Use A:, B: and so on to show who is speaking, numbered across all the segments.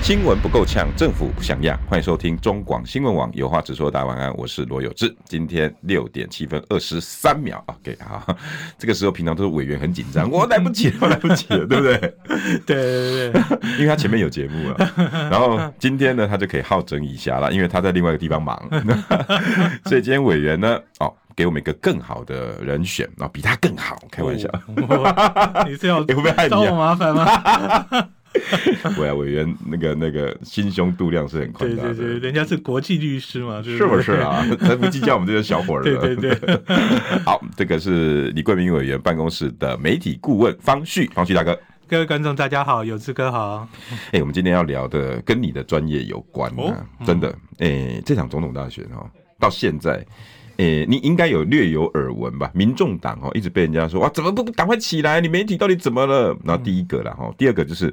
A: 新闻不够呛，政府不像样。欢迎收听中广新闻网，有话直说，大家晚安，我是罗有志。今天六点七分二十三秒，OK，好， 这个时候平常都是委员很紧张，我来不 及了，我来不及了，对不对？
B: 对对对，
A: 因为他前面有节目了，然后今天呢，他就可以好整以暇了，因为他在另外一个地方忙， 所以今天委员呢，哦，给我们一个更好的人选，啊、比他更好，开玩
B: 哦
A: 笑，
B: 我 你是 要
A: 会不会害你啊
B: 找我麻 烦吗？
A: 我要委员那个那个心胸度量是很宽
B: 对
A: 大的，
B: 对对，人家是国际律师嘛，对
A: 是
B: 不
A: 不
B: 对
A: 是？啊？才不计较我们这些小伙儿呢。
B: 对对对，
A: 好，这个是李桂明委员办公室的媒体顾问方旭，方旭大哥。
B: 各位观众大家好，有志哥好，
A: 哎、我们今天要聊的跟你的专业有关啊，
B: 哦
A: 真的。哎、这场总统大选哦，到现在，哎、你应该有略有耳闻吧？民众党哦，一直被人家说哇，怎么不赶快起来？你媒体到底怎么了？然后第一个啦，哈，第二个就是，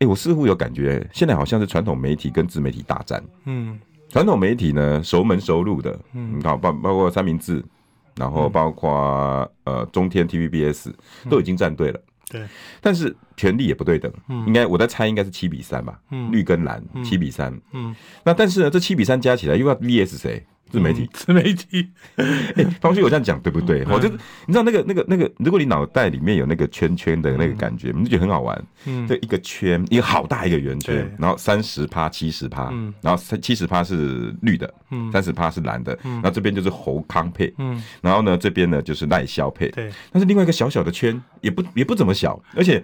A: 哎、我似乎有感觉，现在好像是传统媒体跟自媒体大战。
B: 嗯
A: 传统媒体呢，熟门熟路的，嗯，好，包包括三明治，然
B: 嗯
A: 后包括、呃中天 TVBS 都已经站队了，
B: 对，
A: 但是权力也不对等，应该我在猜应该是七比三吧，
B: 嗯
A: 绿跟蓝七比三，
B: 嗯，
A: 那但是呢，这七比三加起来又要 VS 谁？自媒体，
B: 嗯自媒体，
A: 哎、方旭，我这样讲对不
B: 嗯
A: 对？我、就是你知道那个那个那个，如果你脑袋里面有那个圈圈的那个感觉，你就觉得很好玩。
B: 嗯
A: 这一个圈，一个好大一个圆圈
B: 对，
A: 然后三十趴、七十趴
B: 嗯，
A: 然后七十趴是绿的，
B: 嗯
A: 三十趴是蓝的，然后这边就是侯康配，
B: 嗯，
A: 然后呢这边呢就是赖萧配，
B: 对，
A: 但是另外一个小小的圈也不也不怎么小，而且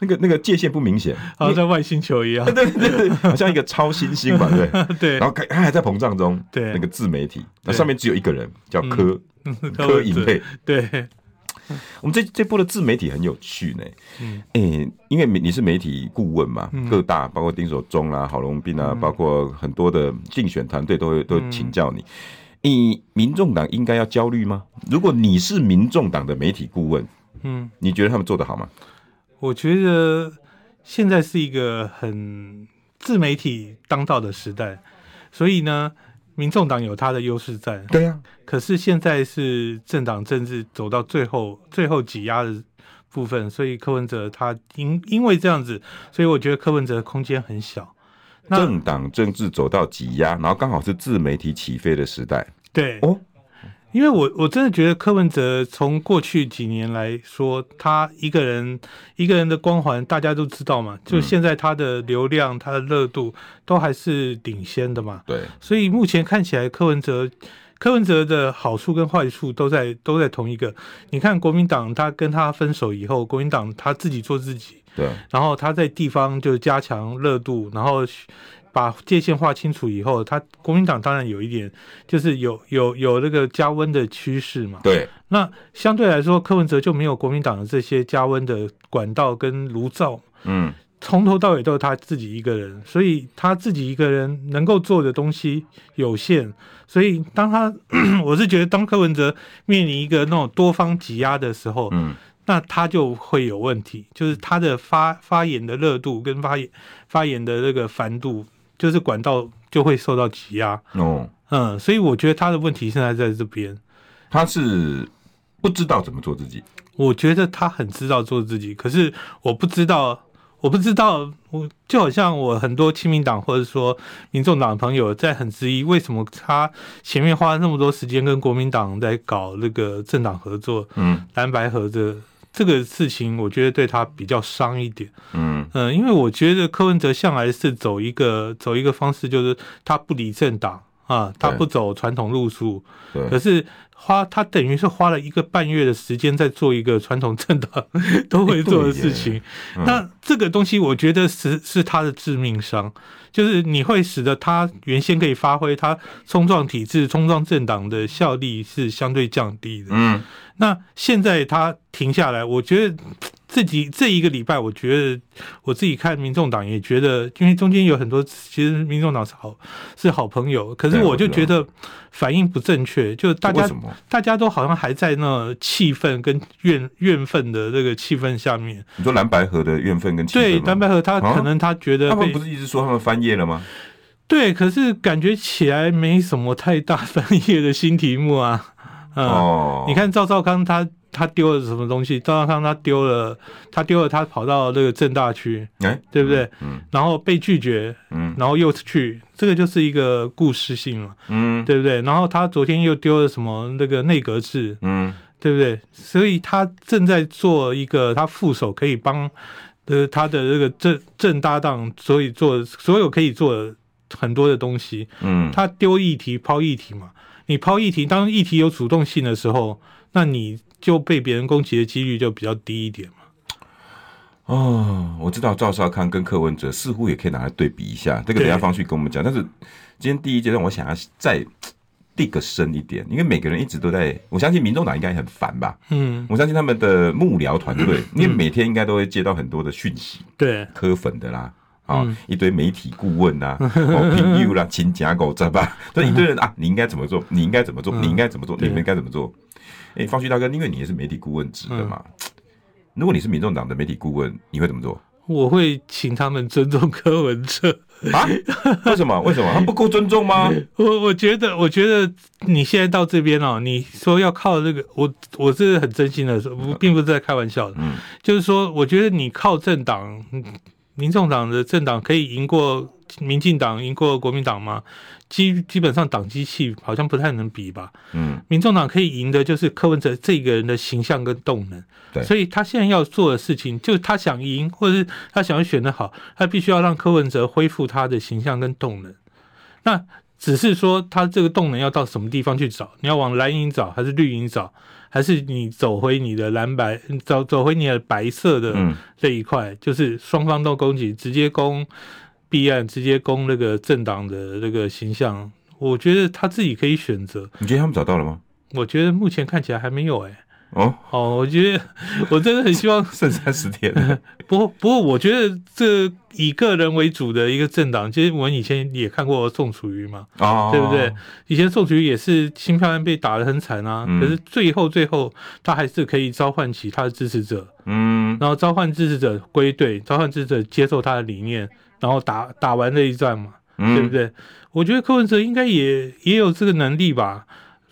A: 那个那个界限不明 显，
B: 好像在外星球一样，
A: 对对对，好像一个超新星嘛，对。
B: 对
A: 然，后它还在膨胀中，
B: 对
A: 那个自媒体，那
B: 对嗯
A: 上面只有一个人叫柯柯
B: 柯
A: 银
B: 文哲
A: 配，
B: 对，
A: 我们这这波的自媒体很有趣呢，
B: 嗯
A: 诶、因为你是媒体顾问嘛，各大包括丁守中啦、郝龙斌啊，
B: 嗯
A: 包括很多的竞选团队都会都会请教你。你民众党应该要焦虑吗？如果你是民众党的媒体顾问，
B: 嗯，
A: 你觉得他们做的好吗？
B: 我觉得现在是一个很自媒体当道的时代，所以呢，民众党有它的优势在，
A: 对呀、
B: 可是现在是政党政治走到最后最后挤压的部分，所以柯文哲他因因为这样子，所以我觉得柯文哲空间很小。那
A: 政党政治走到挤压，然后刚好是自媒体起飞的时代。
B: 对，
A: 哦，
B: 因为我我真的觉得柯文哲从过去几年来说，他一个人一个人的光环大家都知道嘛，就现在他的流量、他的热度都还是领先的嘛，
A: 对，
B: 所以目前看起来柯文哲。柯文哲的好处跟坏处都在都在同一个。你看国民党他跟他分手以后，国民党他自己做自己，
A: 对，
B: 然后他在地方就加强热度，然后把界限划清楚以后，他国民党当然有一点就是有有有那个加温的趋势嘛。
A: 对，
B: 那相对来说，柯文哲就没有国民党的这些加温的管道跟炉灶，
A: 嗯，
B: 从头到尾都是他自己一个人，所以他自己一个人能够做的东西有限。所以当他， 我是觉得当柯文哲面临一个那种多方挤压的时候，
A: 嗯，
B: 那他就会有问题，就是他的发发言的热度跟发言发言的那个繁度，就是管道就会受到挤压。
A: 哦，
B: 嗯，所以我觉得他的问题现在在这边。
A: 他是不知道怎么做自己。
B: 我觉得他很知道做自己，可是我不知道，我不知道，我就好像我很多亲民党或者说民众党的朋友在很质疑，为什么他前面花那么多时间跟国民党在搞那个政党合作、
A: 嗯
B: 蓝白合的这个事情，我觉得对他比较伤一点。
A: 嗯，
B: 嗯，因为我觉得柯文哲向来是走一个走一个方式，就是他不理政党啊，他
A: 对
B: 不走传统路数。
A: 对
B: 可是花他等于是花了一个半月的时间在做一个传统 政党都会做的事情。
A: 嗯
B: 那这个东西，我觉得是是他的致命伤，就是你会使得他原先可以发挥他冲撞体制、冲撞政党的效力是相对降低的。
A: 嗯。
B: 那现在他停下来，我觉得这几这一个礼拜，我觉得我自己看民众党也觉得，因为中间有很多其实民众党是好是好朋友，可是
A: 对啊
B: 我就
A: 我知
B: 觉
A: 道
B: 得反应不正确，就大
A: 嗯为
B: 家
A: 什么
B: 大家都好像还在那气愤跟怨怨愤的这个气氛下面。
A: 你说蓝白河的怨愤跟气
B: 对
A: 愤吗
B: 蓝白河，他
A: 啊
B: 可能他觉得
A: 他们
B: 被
A: 不是一直说他们翻页了吗？
B: 对，可是感觉起来没什么太大翻页的新题目啊。嗯，
A: 哦，
B: 你看赵少康他他丢了什么东西？赵少康他丢了，他丢了，他跑到那个正大去，
A: 哎，
B: 对不对？
A: 嗯
B: 然后被拒绝，
A: 嗯
B: 然后又去，这个就是一个故事性嘛，
A: 嗯
B: 对不对？然后他昨天又丢了什么那个内阁制，
A: 嗯，
B: 对不对？所以他正在做一个他副手可以帮呃他的这个正正搭档，所以做所有可以做的很多的东西。
A: 嗯，
B: 他丢议题抛议题嘛，你抛议题，当议题有主动性的时候，那你就被别人攻击的几率就比较低一点嘛。
A: 哦，我知道赵少康跟柯文哲似乎也可以拿来对比一下，这个
B: 对
A: 等一下方旭跟我们讲。但是今天第一阶段，我想要再 dig 深一点，因为每个人一直都在，我相信民众党应该也很烦吧？
B: 嗯，
A: 我相信他们的幕僚团队，因为每天应该都会接到很多的讯息，
B: 对，
A: 柯粉的啦。啊、
B: 嗯
A: 一堆媒体顾问呐、 哦，评友啦，请假狗怎 吧，所以一堆人啊，你应该怎么做？你应该怎么做？你应该怎么做？你
B: 嗯对
A: 们应该怎么做？哎、方旭大哥，因为你也是媒体顾问职的
B: 嗯
A: 嘛，如果你是民众党的媒体顾问，你会怎么做？
B: 我会请他们尊重柯文哲。
A: 啊？ 为什么？为什么？他不够尊重 吗？
B: 我我觉得，我觉得你现在到这边哦，你说要靠这个，我我是很真心的说，不并不是在开玩笑的，
A: 嗯
B: 就是说，我觉得你靠政党，嗯民众党的政党可以赢过民进党，赢过国民党吗？基基本上党机器好像不太能比吧。
A: 嗯，
B: 民众党可以赢的就是柯文哲这个人的形象跟动能，
A: 对
B: 所以他现在要做的事情，就是他想赢，或者是他想要选得好，他必须要让柯文哲恢复他的形象跟动能。那只是说他这个动能要到什么地方去找？你要往蓝营找，还是绿营找，还是你走回你的蓝白，走走回你的白色的
A: 嗯
B: 这一块，就是双方都攻击，直接攻弊案，直接攻那个政党的那个形象。我觉得他自己可以选择，
A: 你觉得他们找到了吗？
B: 我觉得目前看起来还没有哎、
A: 哦，
B: 哦，我觉得 我真的很希望，
A: 剩三十天了。
B: 不过不过，我觉得这以个人为主的一个政党，其实我们以前也看过宋楚瑜嘛，
A: 哦，
B: 对不对？？以前宋楚瑜也是新票案被打得很惨啊，
A: 嗯
B: 可是最后最后他还是可以召唤起他的支持者，
A: 嗯，
B: 然后召唤支持者归队，召唤支持者接受他的理念，然后打打完这一战嘛，
A: 嗯
B: 对不？对？我觉得柯文哲应该也也有这个能力吧，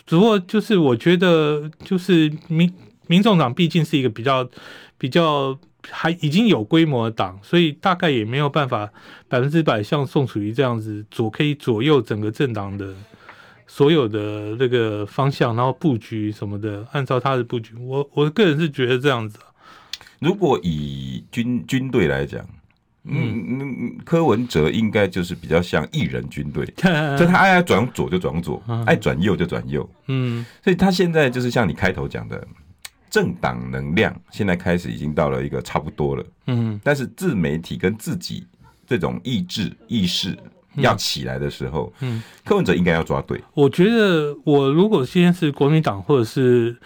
B: 只不过就是我觉得就是民民众党毕竟是一个比较比较还已经有规模的党，所以大概也没有办法百分之百像宋楚瑜这样子左可以左右整个政党的。所有的那个方向，然后布局什么的，按照他的布局，我我个人是觉得这样 子啊，
A: 如果以军军队来讲，嗯嗯，柯文哲应该就是比较像艺人军队，所以他爱转左就转左，爱转右就转右。
B: 嗯
A: 所以他现在就是像你开头讲的，政党能量现在开始已经到了一个差不多了，
B: 嗯
A: 但是自媒体跟自己这种意志意识要起来的时候，
B: 嗯，
A: 柯文哲应该要抓对。
B: 我觉得我如果现在是国民党或者是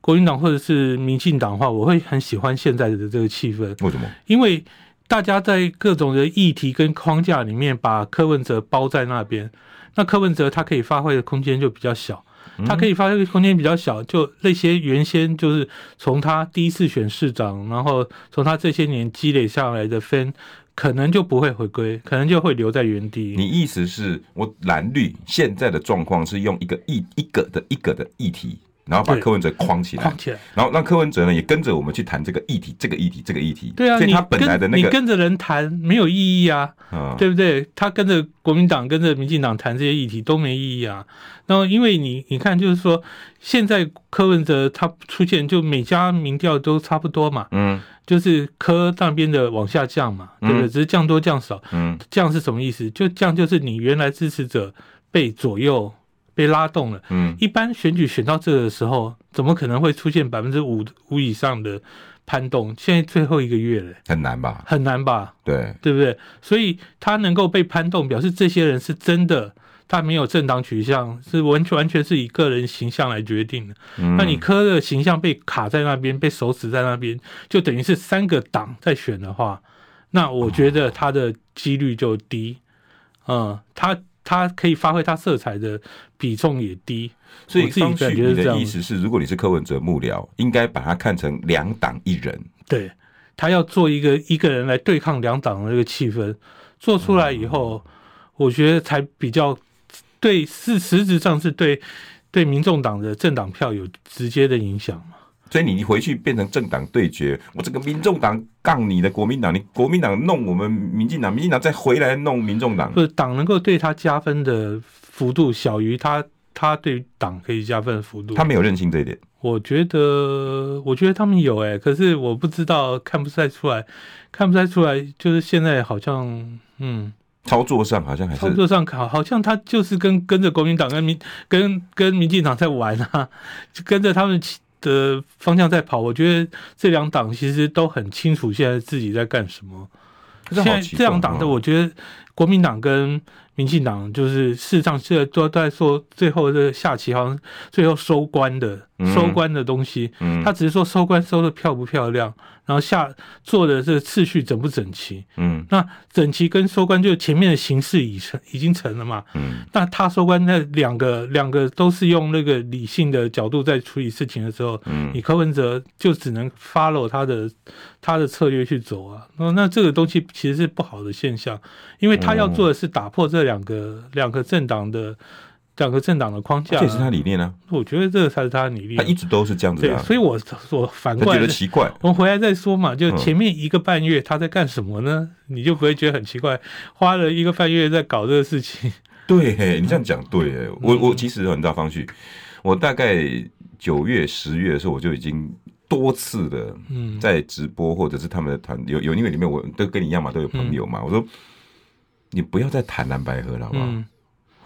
B: 国民党或者是民进党的话，我会很喜欢现在的这个气氛，
A: 为什么？
B: 因为大家在各种的议题跟框架里面把柯文哲包在那边，那柯文哲他可以发挥的空间就比较小。
A: 嗯
B: 他可以嗯发挥的空间比较小，就那些原先就是从他第一次选市长，然后从他这些年积累下来的分，可能就不会回归，可能就会留在原地。
A: 你意思是我蓝绿现在的状况是用一个一一个的一个的议题，然后把
B: 对
A: 柯文哲框起来
B: 框，起来，
A: 然后让柯文哲呢也跟着我们去谈这个议题，这个议题，这个议题。
B: 对啊，
A: 所以
B: 你
A: 他本来的那
B: 跟你
A: 个，
B: 跟着人谈没有意义啊，
A: 嗯，
B: 对不对？他跟着国民党、跟着民进党谈这些议题都没意义啊。然后因为你你看，就是说现在柯文哲他出现，就每家民调都差不多嘛，
A: 嗯
B: 就是柯那边的往下降嘛，对不对？
A: 嗯
B: 只是降多降少，
A: 嗯
B: 降是什么意思？就降就是你原来支持者被左右被拉动了。
A: 嗯
B: 一般选举选到这的时候，怎么可能会出现百分之五五以上的攀动？现在最后一个月了。
A: 很难吧？
B: 很难吧，
A: 对，
B: 对不对？所以他能够被攀动，表示这些人是真的他没有政党取向，是完全完全是以个人形象来决定的。
A: 嗯
B: 那你柯的形象被卡在那边，被手指在那边，就等于是三个党在选的话，那我觉得他的几率就低。嗯，他他可以发挥他色彩的比重也低。
A: 所以
B: 我自己
A: 方
B: 感
A: 旭，你
B: 觉是这
A: 的
B: 样
A: 意。思是，如果你是柯文哲幕僚，应该把他看成两党一人。
B: 对他要做一个一个人来对抗两党的这个气氛，做出来以后，我觉得才比较对是实质上是对对民众党的政党票有直接的影响嘛。
A: 所以你回去变成政党对决，我这个民众党杠你的国民党，你国民党弄我们民进党，民进党再回来弄民众党
B: 就，是党能够对他加分的幅度小于他他对党可以加分的幅度。
A: 他没有认清这一点。
B: 我觉得，我觉得他们有哎、可是我不知道，看不太出来，看不太出来，就是现在好像，嗯，
A: 操作上好像还
B: 操
A: 是
B: 作上看，好像他就是跟跟着国民党跟民跟跟民进党在玩啊，就跟着他们起的方向在跑。我觉得这两党其实都很清楚现在自己在干什么。
A: 可是
B: 现
A: 好
B: 在
A: 奇
B: 这
A: 怪
B: 两党的，
A: 哦
B: 我觉得国民党跟民进党就是事实上现在都在做最后的下棋，好像最后收官的
A: 嗯
B: 收官的东西。
A: 嗯
B: 他只是说收官收的漂不漂亮，然后下做的这个次序整不整齐。
A: 嗯
B: 那整齐跟收官就前面的形式已成已经成了嘛，
A: 嗯
B: 那他收官那两个两个都是用那个理性的角度在处理事情的时候，
A: 嗯
B: 你柯文哲就只能 follow 他的他的策略去走啊。那那这个东西其实是不好的现象，因为他要做的是打破这两个两个政党的两个政党的框架
A: 这也是他
B: 啊。
A: 理念啊，
B: 我觉得这个才是他的理念
A: 他。一直都是这样子
B: 对
A: 的，啊，
B: 所以我我反
A: 他
B: 过
A: 觉
B: 来
A: 得
B: 是
A: 奇怪。
B: 我们回来再说嘛，就
A: 嗯
B: 前面一个半月他在干什么呢？你就不会觉得很奇怪，花了一个半月在搞这个 事情。
A: 对，嘿你这样讲对耶，
B: 嗯
A: 我我其实很大方旭，我大概九月、十月的时候，我就已经多次的
B: 嗯
A: 在直播或者是他们的团有有因为里面我都跟你一样嘛，
B: 嗯
A: 都有朋友嘛，我说你不要再谈蓝白河了，好不好？
B: 嗯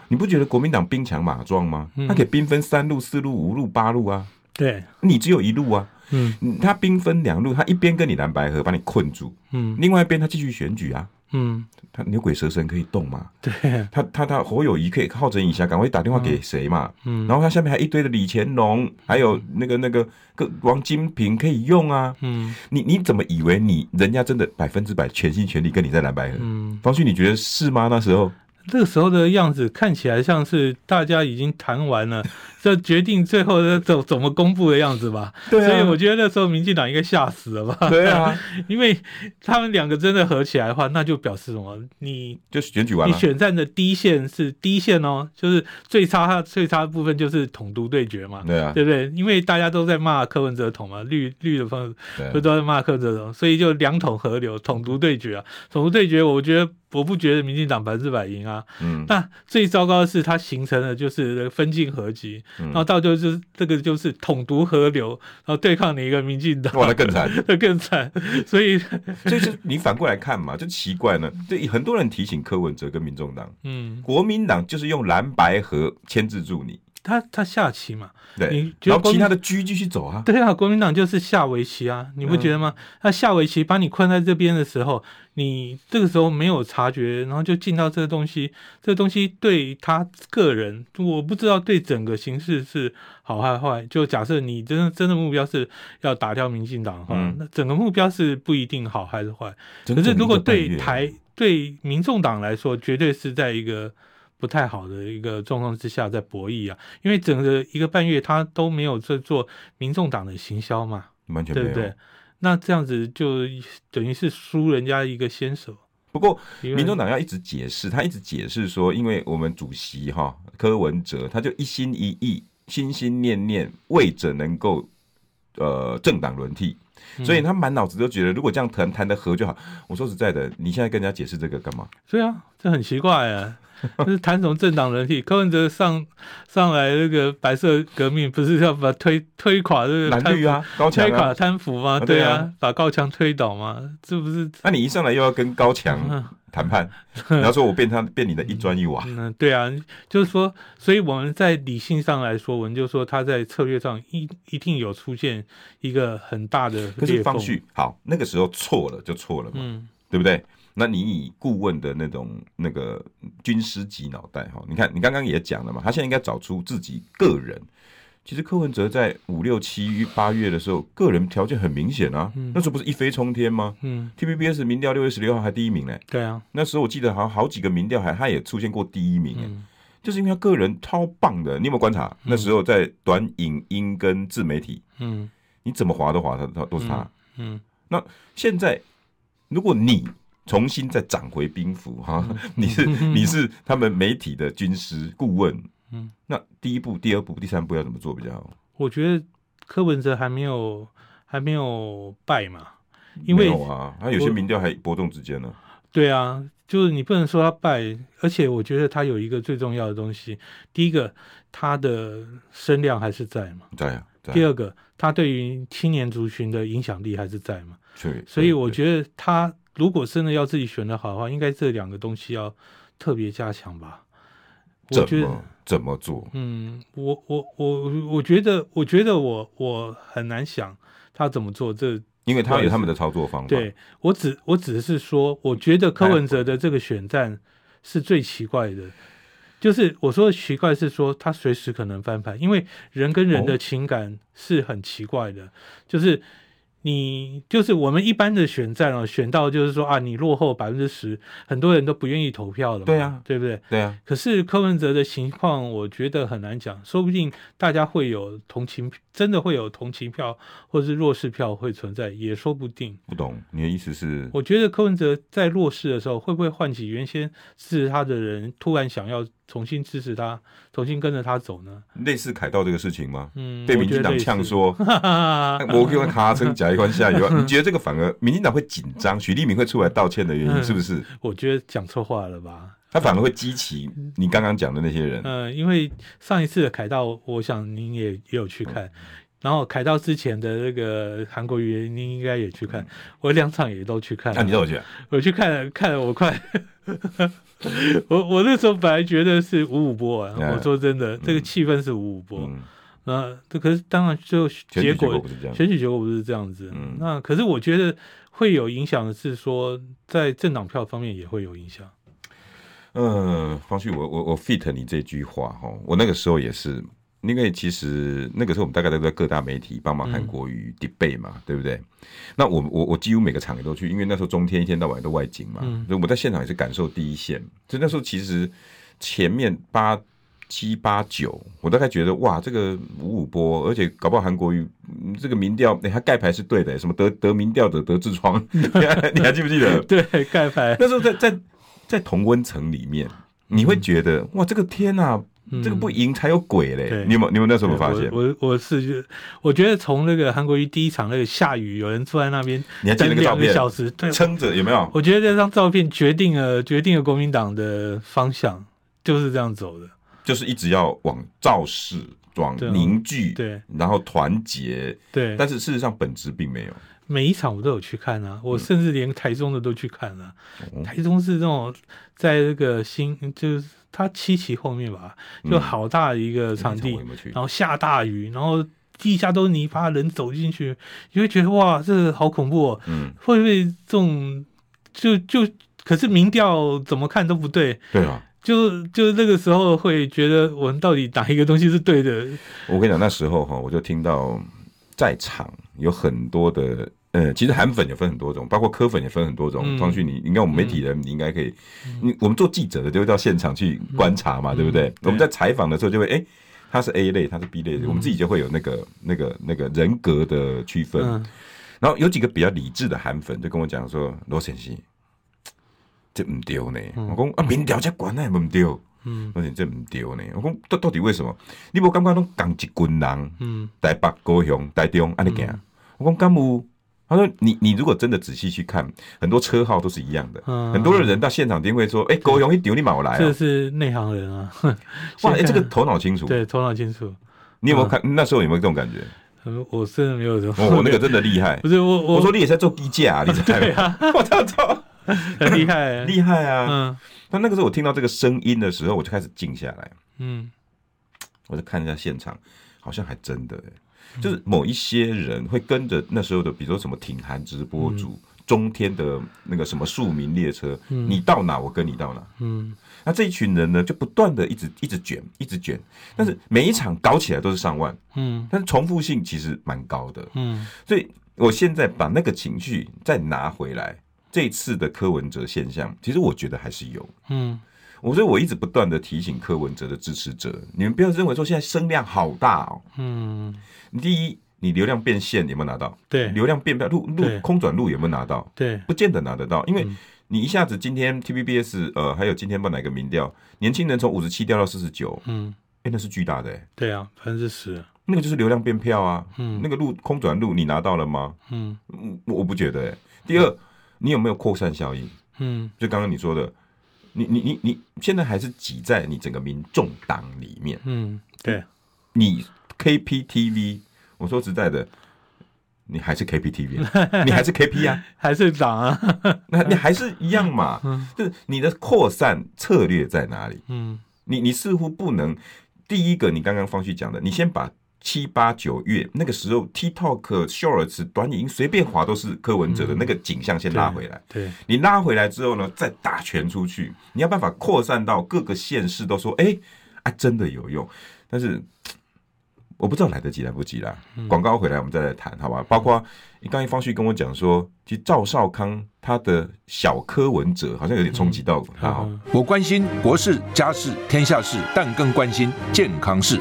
A: 你不觉得国民党兵强马壮吗？
B: 嗯
A: 他可以兵分三路、四路、五路、八路啊，
B: 对，
A: 你只有一路啊，
B: 嗯
A: 嗯他兵分两路，他一边跟你蓝白河把你困住，
B: 嗯
A: 另外一边他继续选举啊，
B: 嗯，
A: 他牛鬼蛇神可以动吗？
B: 对，
A: 他他他侯友谊可以靠着一下，赶快打电话给谁嘛？
B: 嗯
A: 然后他下面还一堆的李乾隆，还有那个那个个王金平可以用啊。
B: 嗯
A: 你你怎么以为你人家真的百分之百全心全力跟你在蓝白河？
B: 嗯，
A: 方旭，你觉得是吗？那时候
B: 这个时候的样子看起来像是大家已经谈完 了，这决定最后的怎怎么公布的样子吧。
A: 对啊
B: 所以我觉得那时候民进党应该吓死了 吧？
A: 对啊，
B: 因为他们两个真的合起来的话，那就表示什么？你
A: 就选举完
B: 你
A: 了，
B: 选战的第一线是第一线哦，就是最差最差的部分就是统独对决嘛，
A: 对啊，
B: 对不对？因为大家都在骂柯文哲统嘛，绿绿的方
A: 对
B: 都
A: 啊
B: 都在骂柯文哲统，所以就两统合流，统独对决啊，统独对决，我觉得我不觉得民进党百分之百赢啊。
A: 嗯，
B: 那最糟糕的是，它形成了就是分进合集，
A: 嗯
B: 然后到就是这个就是统独合流，然后对抗你一个民进党，
A: 哇，那更惨。
B: 这 更惨，所以
A: 所以就你反过来看嘛，就奇怪呢。对，很多人提醒柯文哲跟民众党，
B: 嗯，
A: 国民党就是用蓝白河牵制住你，
B: 他他下棋嘛，
A: 对
B: 你，觉得
A: 然后
B: 国
A: 其
B: 民
A: 他的狙继续走啊。嗯
B: 对啊，国民党就是下围棋啊，你不觉得吗？他下围棋把你困在这边的时候，你这个时候没有察觉，然后就进到这个东西，这个东西对他个人，我不知道对整个形势是好还坏。就假设你真的真的目标是要打掉民进党的话，
A: 嗯
B: 那整个目标是不一定好还是坏。可
A: 整
B: 是
A: 整
B: 如果
A: 一个半
B: 对
A: 月
B: 台对民众党来说，绝对是在一个不太好的一个状况之下在博弈啊，因为整个一个半月他都没有在做民众党的行销嘛，
A: 完全没
B: 对
A: 有。
B: 不对？那这样子就等于是输人家一个先手。
A: 不过
B: 因为
A: 民众党要一直解释，他一直解释说，因为我们主席哈柯文哲，他就一心一意、心心念念为着能够呃政党轮替，
B: 嗯
A: 所以他满脑子都觉得如果这样谈谈得和就好。我说实在的，你现在跟人家解释这个干 嘛？
B: 对啊，这很奇怪啊。 就是谈什么政党轮替，柯文哲上上来那个白色革命，不是要把推推垮这个
A: 蓝绿啊，高强
B: 贪腐推垮
A: 啊，
B: 贪腐吗？
A: 啊
B: 对
A: 对啊
B: 啊，把高墙推倒嘛，这不是
A: 那你一上来又要跟高强
B: 嗯
A: 谈 判，然后说我变他变你的一砖一瓦，
B: 嗯，对啊，就是说，所以我们在理性上来说，我们就说他在策略上一一定有出现一个很大的
A: 可
B: 裂
A: 是
B: 缝
A: 方。旭好，那个时候错了就错了嘛，
B: 嗯
A: 对不对？那你以顾问的那种那个军师级脑袋哈，你看你刚刚也讲了嘛，他现在应该找出自己个人。其实柯文哲在五六七八月的时候，个人条件很明显啊，那时候不是一飞冲天吗
B: 嗯，
A: ？TVBS 民调六月十六号还第一名嘞、
B: 对啊，
A: 那时候我记得好像好几个民调还他也出现过第一名、
B: 嗯
A: 欸，就是因为他个人超棒的。你有没有观察？那时候在短影音跟自媒体，
B: 嗯
A: 你怎么划都划他他都是他。
B: 嗯，
A: 现在如果你重新再涨回兵符哈，
B: 嗯
A: 你 是你是他们媒体的军师顾问，
B: 嗯，
A: 那第一步、第二步、第三步要怎么做比较好？
B: 我觉得柯文哲还没有还没有败嘛，因为
A: 没有啊，他有些
B: 我
A: 民调还伯仲之间呢、
B: 对啊，就是你不能说他败，而且我觉得他有一个最重要的东西，第一个他的声量还是在嘛，
A: 在啊，在
B: 第
A: 啊，
B: 二个他对于青年族群的影响力还是在嘛，
A: 对，
B: 所以我
A: 对
B: 觉得他如果真的要自己选的好的话，应该这两个东西要特别加强吧。我
A: 怎
B: 觉得
A: 么怎么做？
B: 嗯，我我我我觉得，我觉得我我很难想他怎么做。这
A: 因为他有他们的操作方法，
B: 对我只我只是说，我觉得柯
A: 哎
B: 文哲的这个选战是最奇怪的。就是我说的奇怪是说他随时可能翻盘，因为人跟人
A: 哦
B: 的情感是很奇怪的。就是你就是我们一般的选战哦，选到就是说啊，你落后百分之十，很多人都不愿意投票了嘛，
A: 对啊
B: 对不对？
A: 对啊，
B: 可是柯文哲的情况，我觉得很难讲，说不定大家会有同情，真的会有同情票或是弱势票会存在，也说不定。
A: 不懂你的意思是？
B: 我觉得柯文哲在弱势的时候，会不会唤起原先支持他的人，突然想要重新支持他，重新跟着他走呢？
A: 类似凯道这个事情吗？
B: 嗯，
A: 被
B: 我
A: 民
B: 觉
A: 进
B: 得
A: 党
B: 类似
A: 呛，说， 我给我卡车夹一关下雨，啊你觉得这个反而民进党会紧张，许立明会出来道歉的原因
B: 嗯
A: 是不是？
B: 我觉得讲错话了吧？
A: 他反而会激起你刚刚讲的那些人，
B: 嗯，因为上一次的凯道，我想您也也有去看，然后凯道之前的那个韩国瑜，您应该也去看，我两场也都去看
A: 那、
B: 了。
A: 啊你让我讲，
B: 我去看了看了，我快， 我我那时候本来觉得是五五波啊，
A: 嗯
B: 我说真的，这个气氛是五五波，
A: 嗯，
B: 那这可是当然最后
A: 选举
B: 结
A: 结果
B: 果
A: 不是这样，
B: 选举结果不是这样子
A: 嗯，
B: 那可是我觉得会有影响的是说，在政党票方面也会有影响，
A: 嗯，方旭，我我我 fit 你这句话哈，我那个时候也是，因为其实那个时候我们大概都在各大媒体帮忙韩国瑜 debate 嘛，对不对？那我我我几乎每个场也都去，因为那时候中天一天到晚都外景嘛，
B: 嗯
A: 所以我在现场也是感受第一线。所以那时候其实前面八七八九，我大概觉得哇，这个五五波，而且搞不好韩国瑜、嗯这个民调，哎、他盖牌是对的、什么得得民调者得痔疮， 你还记不记得？
B: 对，盖牌，
A: 那时候在在在同温层里面，你会觉得哇，这个天啊，
B: 嗯
A: 这个不赢才有鬼嘞！
B: 对
A: 你有没有你有没有那时候有没有发现？
B: 我我我是，我觉得从那个韩国瑜第一场那个下雨，有人坐在那边
A: 你还记得那
B: 等
A: 个照
B: 两个
A: 片，
B: 小时，对，
A: 撑着有没有？
B: 我觉得这张照片决定了决定了国民党的方向，就是这样走的。
A: 就是一直要往造势、往
B: 对啊
A: 凝聚，
B: 对
A: 然后团结。
B: 对，
A: 但是事实上本质并没有。
B: 每一场我都有去看啊，
A: 嗯
B: 我甚至连台中的都去看了、
A: 哦
B: 台中是那种在那个新，就是它七期后面吧，就好大一个场
A: 那场
B: 地，
A: 嗯我有没有去
B: 然？后下大雨，然后地下都是泥巴，人走进去，你会觉得哇，这个好恐怖、哦。
A: 嗯，
B: 会不会这种就就可是民调怎么看都不对，
A: 对啊，
B: 就就那个时候会觉得我们到底哪一个东西是对的？
A: 我跟你讲，那时候哈，我就听到在场有很多的，呃，其实韩粉也分很多种，包括科粉也分很多种。
B: 嗯
A: 方旭，你应该我们媒体人，你应该可以，你我们做记者的就会到现场去观察嘛，对不
B: 嗯
A: 对？我们在采访的时候就会，哎、他是 A 类，他是 B 类，我们自己就会有那个、那个、那个人格的区分。
B: 嗯
A: 然后有几个比较理智的韩粉就跟我讲说：“罗先生，这唔对呢。我讲啊，民调这管那唔对。
B: 嗯
A: 罗先生这唔对呢。我讲到到底为什么？你无感觉拢同一群人？
B: 嗯
A: 台北、高雄、台中安尼行。我讲干有？他说你你如果真的仔细去看，很多车号都是一样的。
B: 嗯，
A: 很多的人到现场一定会说：“哎、高雄一丢你冇来
B: 这
A: 哦、
B: 是内行人啊，
A: 哇，哎、
B: 先看
A: 这个头脑清楚。
B: 对嗯头脑清楚，
A: 你有没有看、那时候有没有这种感觉？
B: 嗯我真的没有什么，。
A: 我、我那个真的厉害
B: 不是我我
A: 哦我说你也在做低价、啊，你知道
B: 对
A: 吗？
B: 啊，
A: 我操操，
B: 很厉害，
A: 厉害啊！
B: 嗯
A: 那那个时候我听到这个声音的时候，我就开始静下来，
B: 嗯
A: 我就看一下现场，好像还真的、欸，就是某一些人会跟着那时候的，比如说什么挺韩直播主、中天的那个什么庶民列车，你到哪我跟你到哪。
B: 嗯，
A: 那这一群人呢，就不断的一直一直卷，一直卷，但是每一场搞起来都是上万，
B: 嗯
A: 但是重复性其实蛮高的。
B: 嗯
A: 所以我现在把那个情绪再拿回来，这一次的柯文哲现象，其实我觉得还是有。
B: 嗯
A: 我所以我一直不断的提醒柯文哲的支持者，你们不要认为说现在声量好大哦。
B: 嗯，
A: 第一，你流量变现有没有拿到？
B: 对
A: 流量变票路
B: 对嗯
A: 路空转路有没有拿到？
B: 对，
A: 不见得拿得到，因为你一下子今天 T V B S 呃，还有今天报哪个民调，年轻人从五十七掉到四十九，
B: 嗯
A: 哎，那是巨大的、欸，
B: 对啊，百分之十，
A: 那个就是流量变票啊。
B: 嗯
A: 那个路空转路你拿到了吗？
B: 嗯
A: 嗯我我不觉得、欸。第二，你有没有扩散效应？
B: 嗯
A: 就刚刚你说的，你你你你现在还是挤在你整个民众党里面，
B: 嗯，对，
A: 你 KPTV，我说实在的，你还是 KPTV，啊你还是 KP 啊，
B: 还是涨啊，
A: 那你还是一样嘛，就是你的扩散策略在哪里？
B: 嗯
A: 你你似乎不能，第一个你刚刚方旭讲的，你先把。七八九月那个时候，TikTok、Shorts、短影音随便滑都是柯文哲的那个景象，先拉回来。
B: 对，
A: 你拉回来之后呢，再打拳出去，你要办法扩散到各个县市，都说，哎、啊，真的有用。但是我不知道来得及来不及啦。
B: 嗯
A: 广告回来我们再来谈，好吧？包括刚才方旭跟我讲说，其实赵少康他的小柯文哲好像有点冲击到他、哦。
B: 嗯
C: 我关心国事、家事、天下事，但更关心健康事。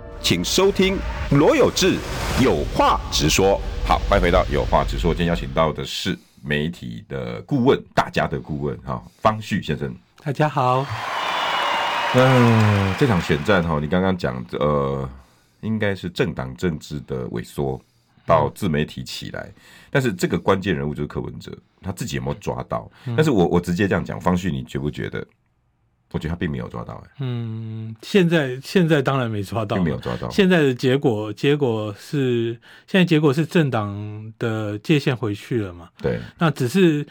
D: 请收听罗有志有话直说。
A: 好，欢迎回到有话直说，今天邀请到的是媒体的顾问，大家的顾问哈、方旭先生。
B: 大家好，
A: 嗯，这场选战哈，你刚刚讲的呃，应该是政党政治的萎缩到自媒体起来，但是这个关键人物就是柯文哲，他自己有没有抓到？但是我我直接这样讲，方旭，你觉不觉得？我觉得他并没有抓到、欸，
B: 嗯，现在现在当然没抓到
A: 并，没有抓到。
B: 现在的结果结果是现在结果是政党的界限回去了嘛，
A: 对，
B: 那只是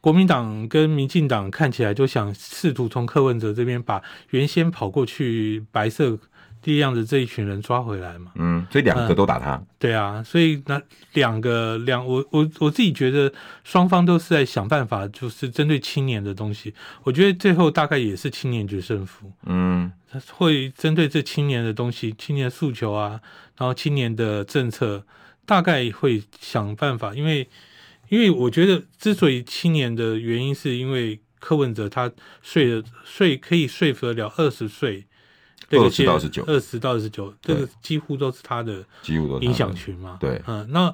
B: 国民党跟民进党看起来就想试图从柯文哲这边把原先跑过去白色力量的这一群人抓回来嘛。
A: 嗯，所以两个都打他，
B: 对啊，所以那两个两我我我自己觉得双方都是在想办法，就是针对青年的东西。我觉得最后大概也是青年决胜负，
A: 嗯
B: 他会针对这青年的东西、青年诉求啊，然后青年的政策，大概会想办法。因为，因为我觉得之所以青年的原因，是因为柯文哲他说的说可以说服得了二十岁，
A: 20到29
B: 二十到二十九，这个
A: 对
B: 几乎都是他的
A: 几乎都是他
B: 影响群嘛。
A: 对
B: 嗯，那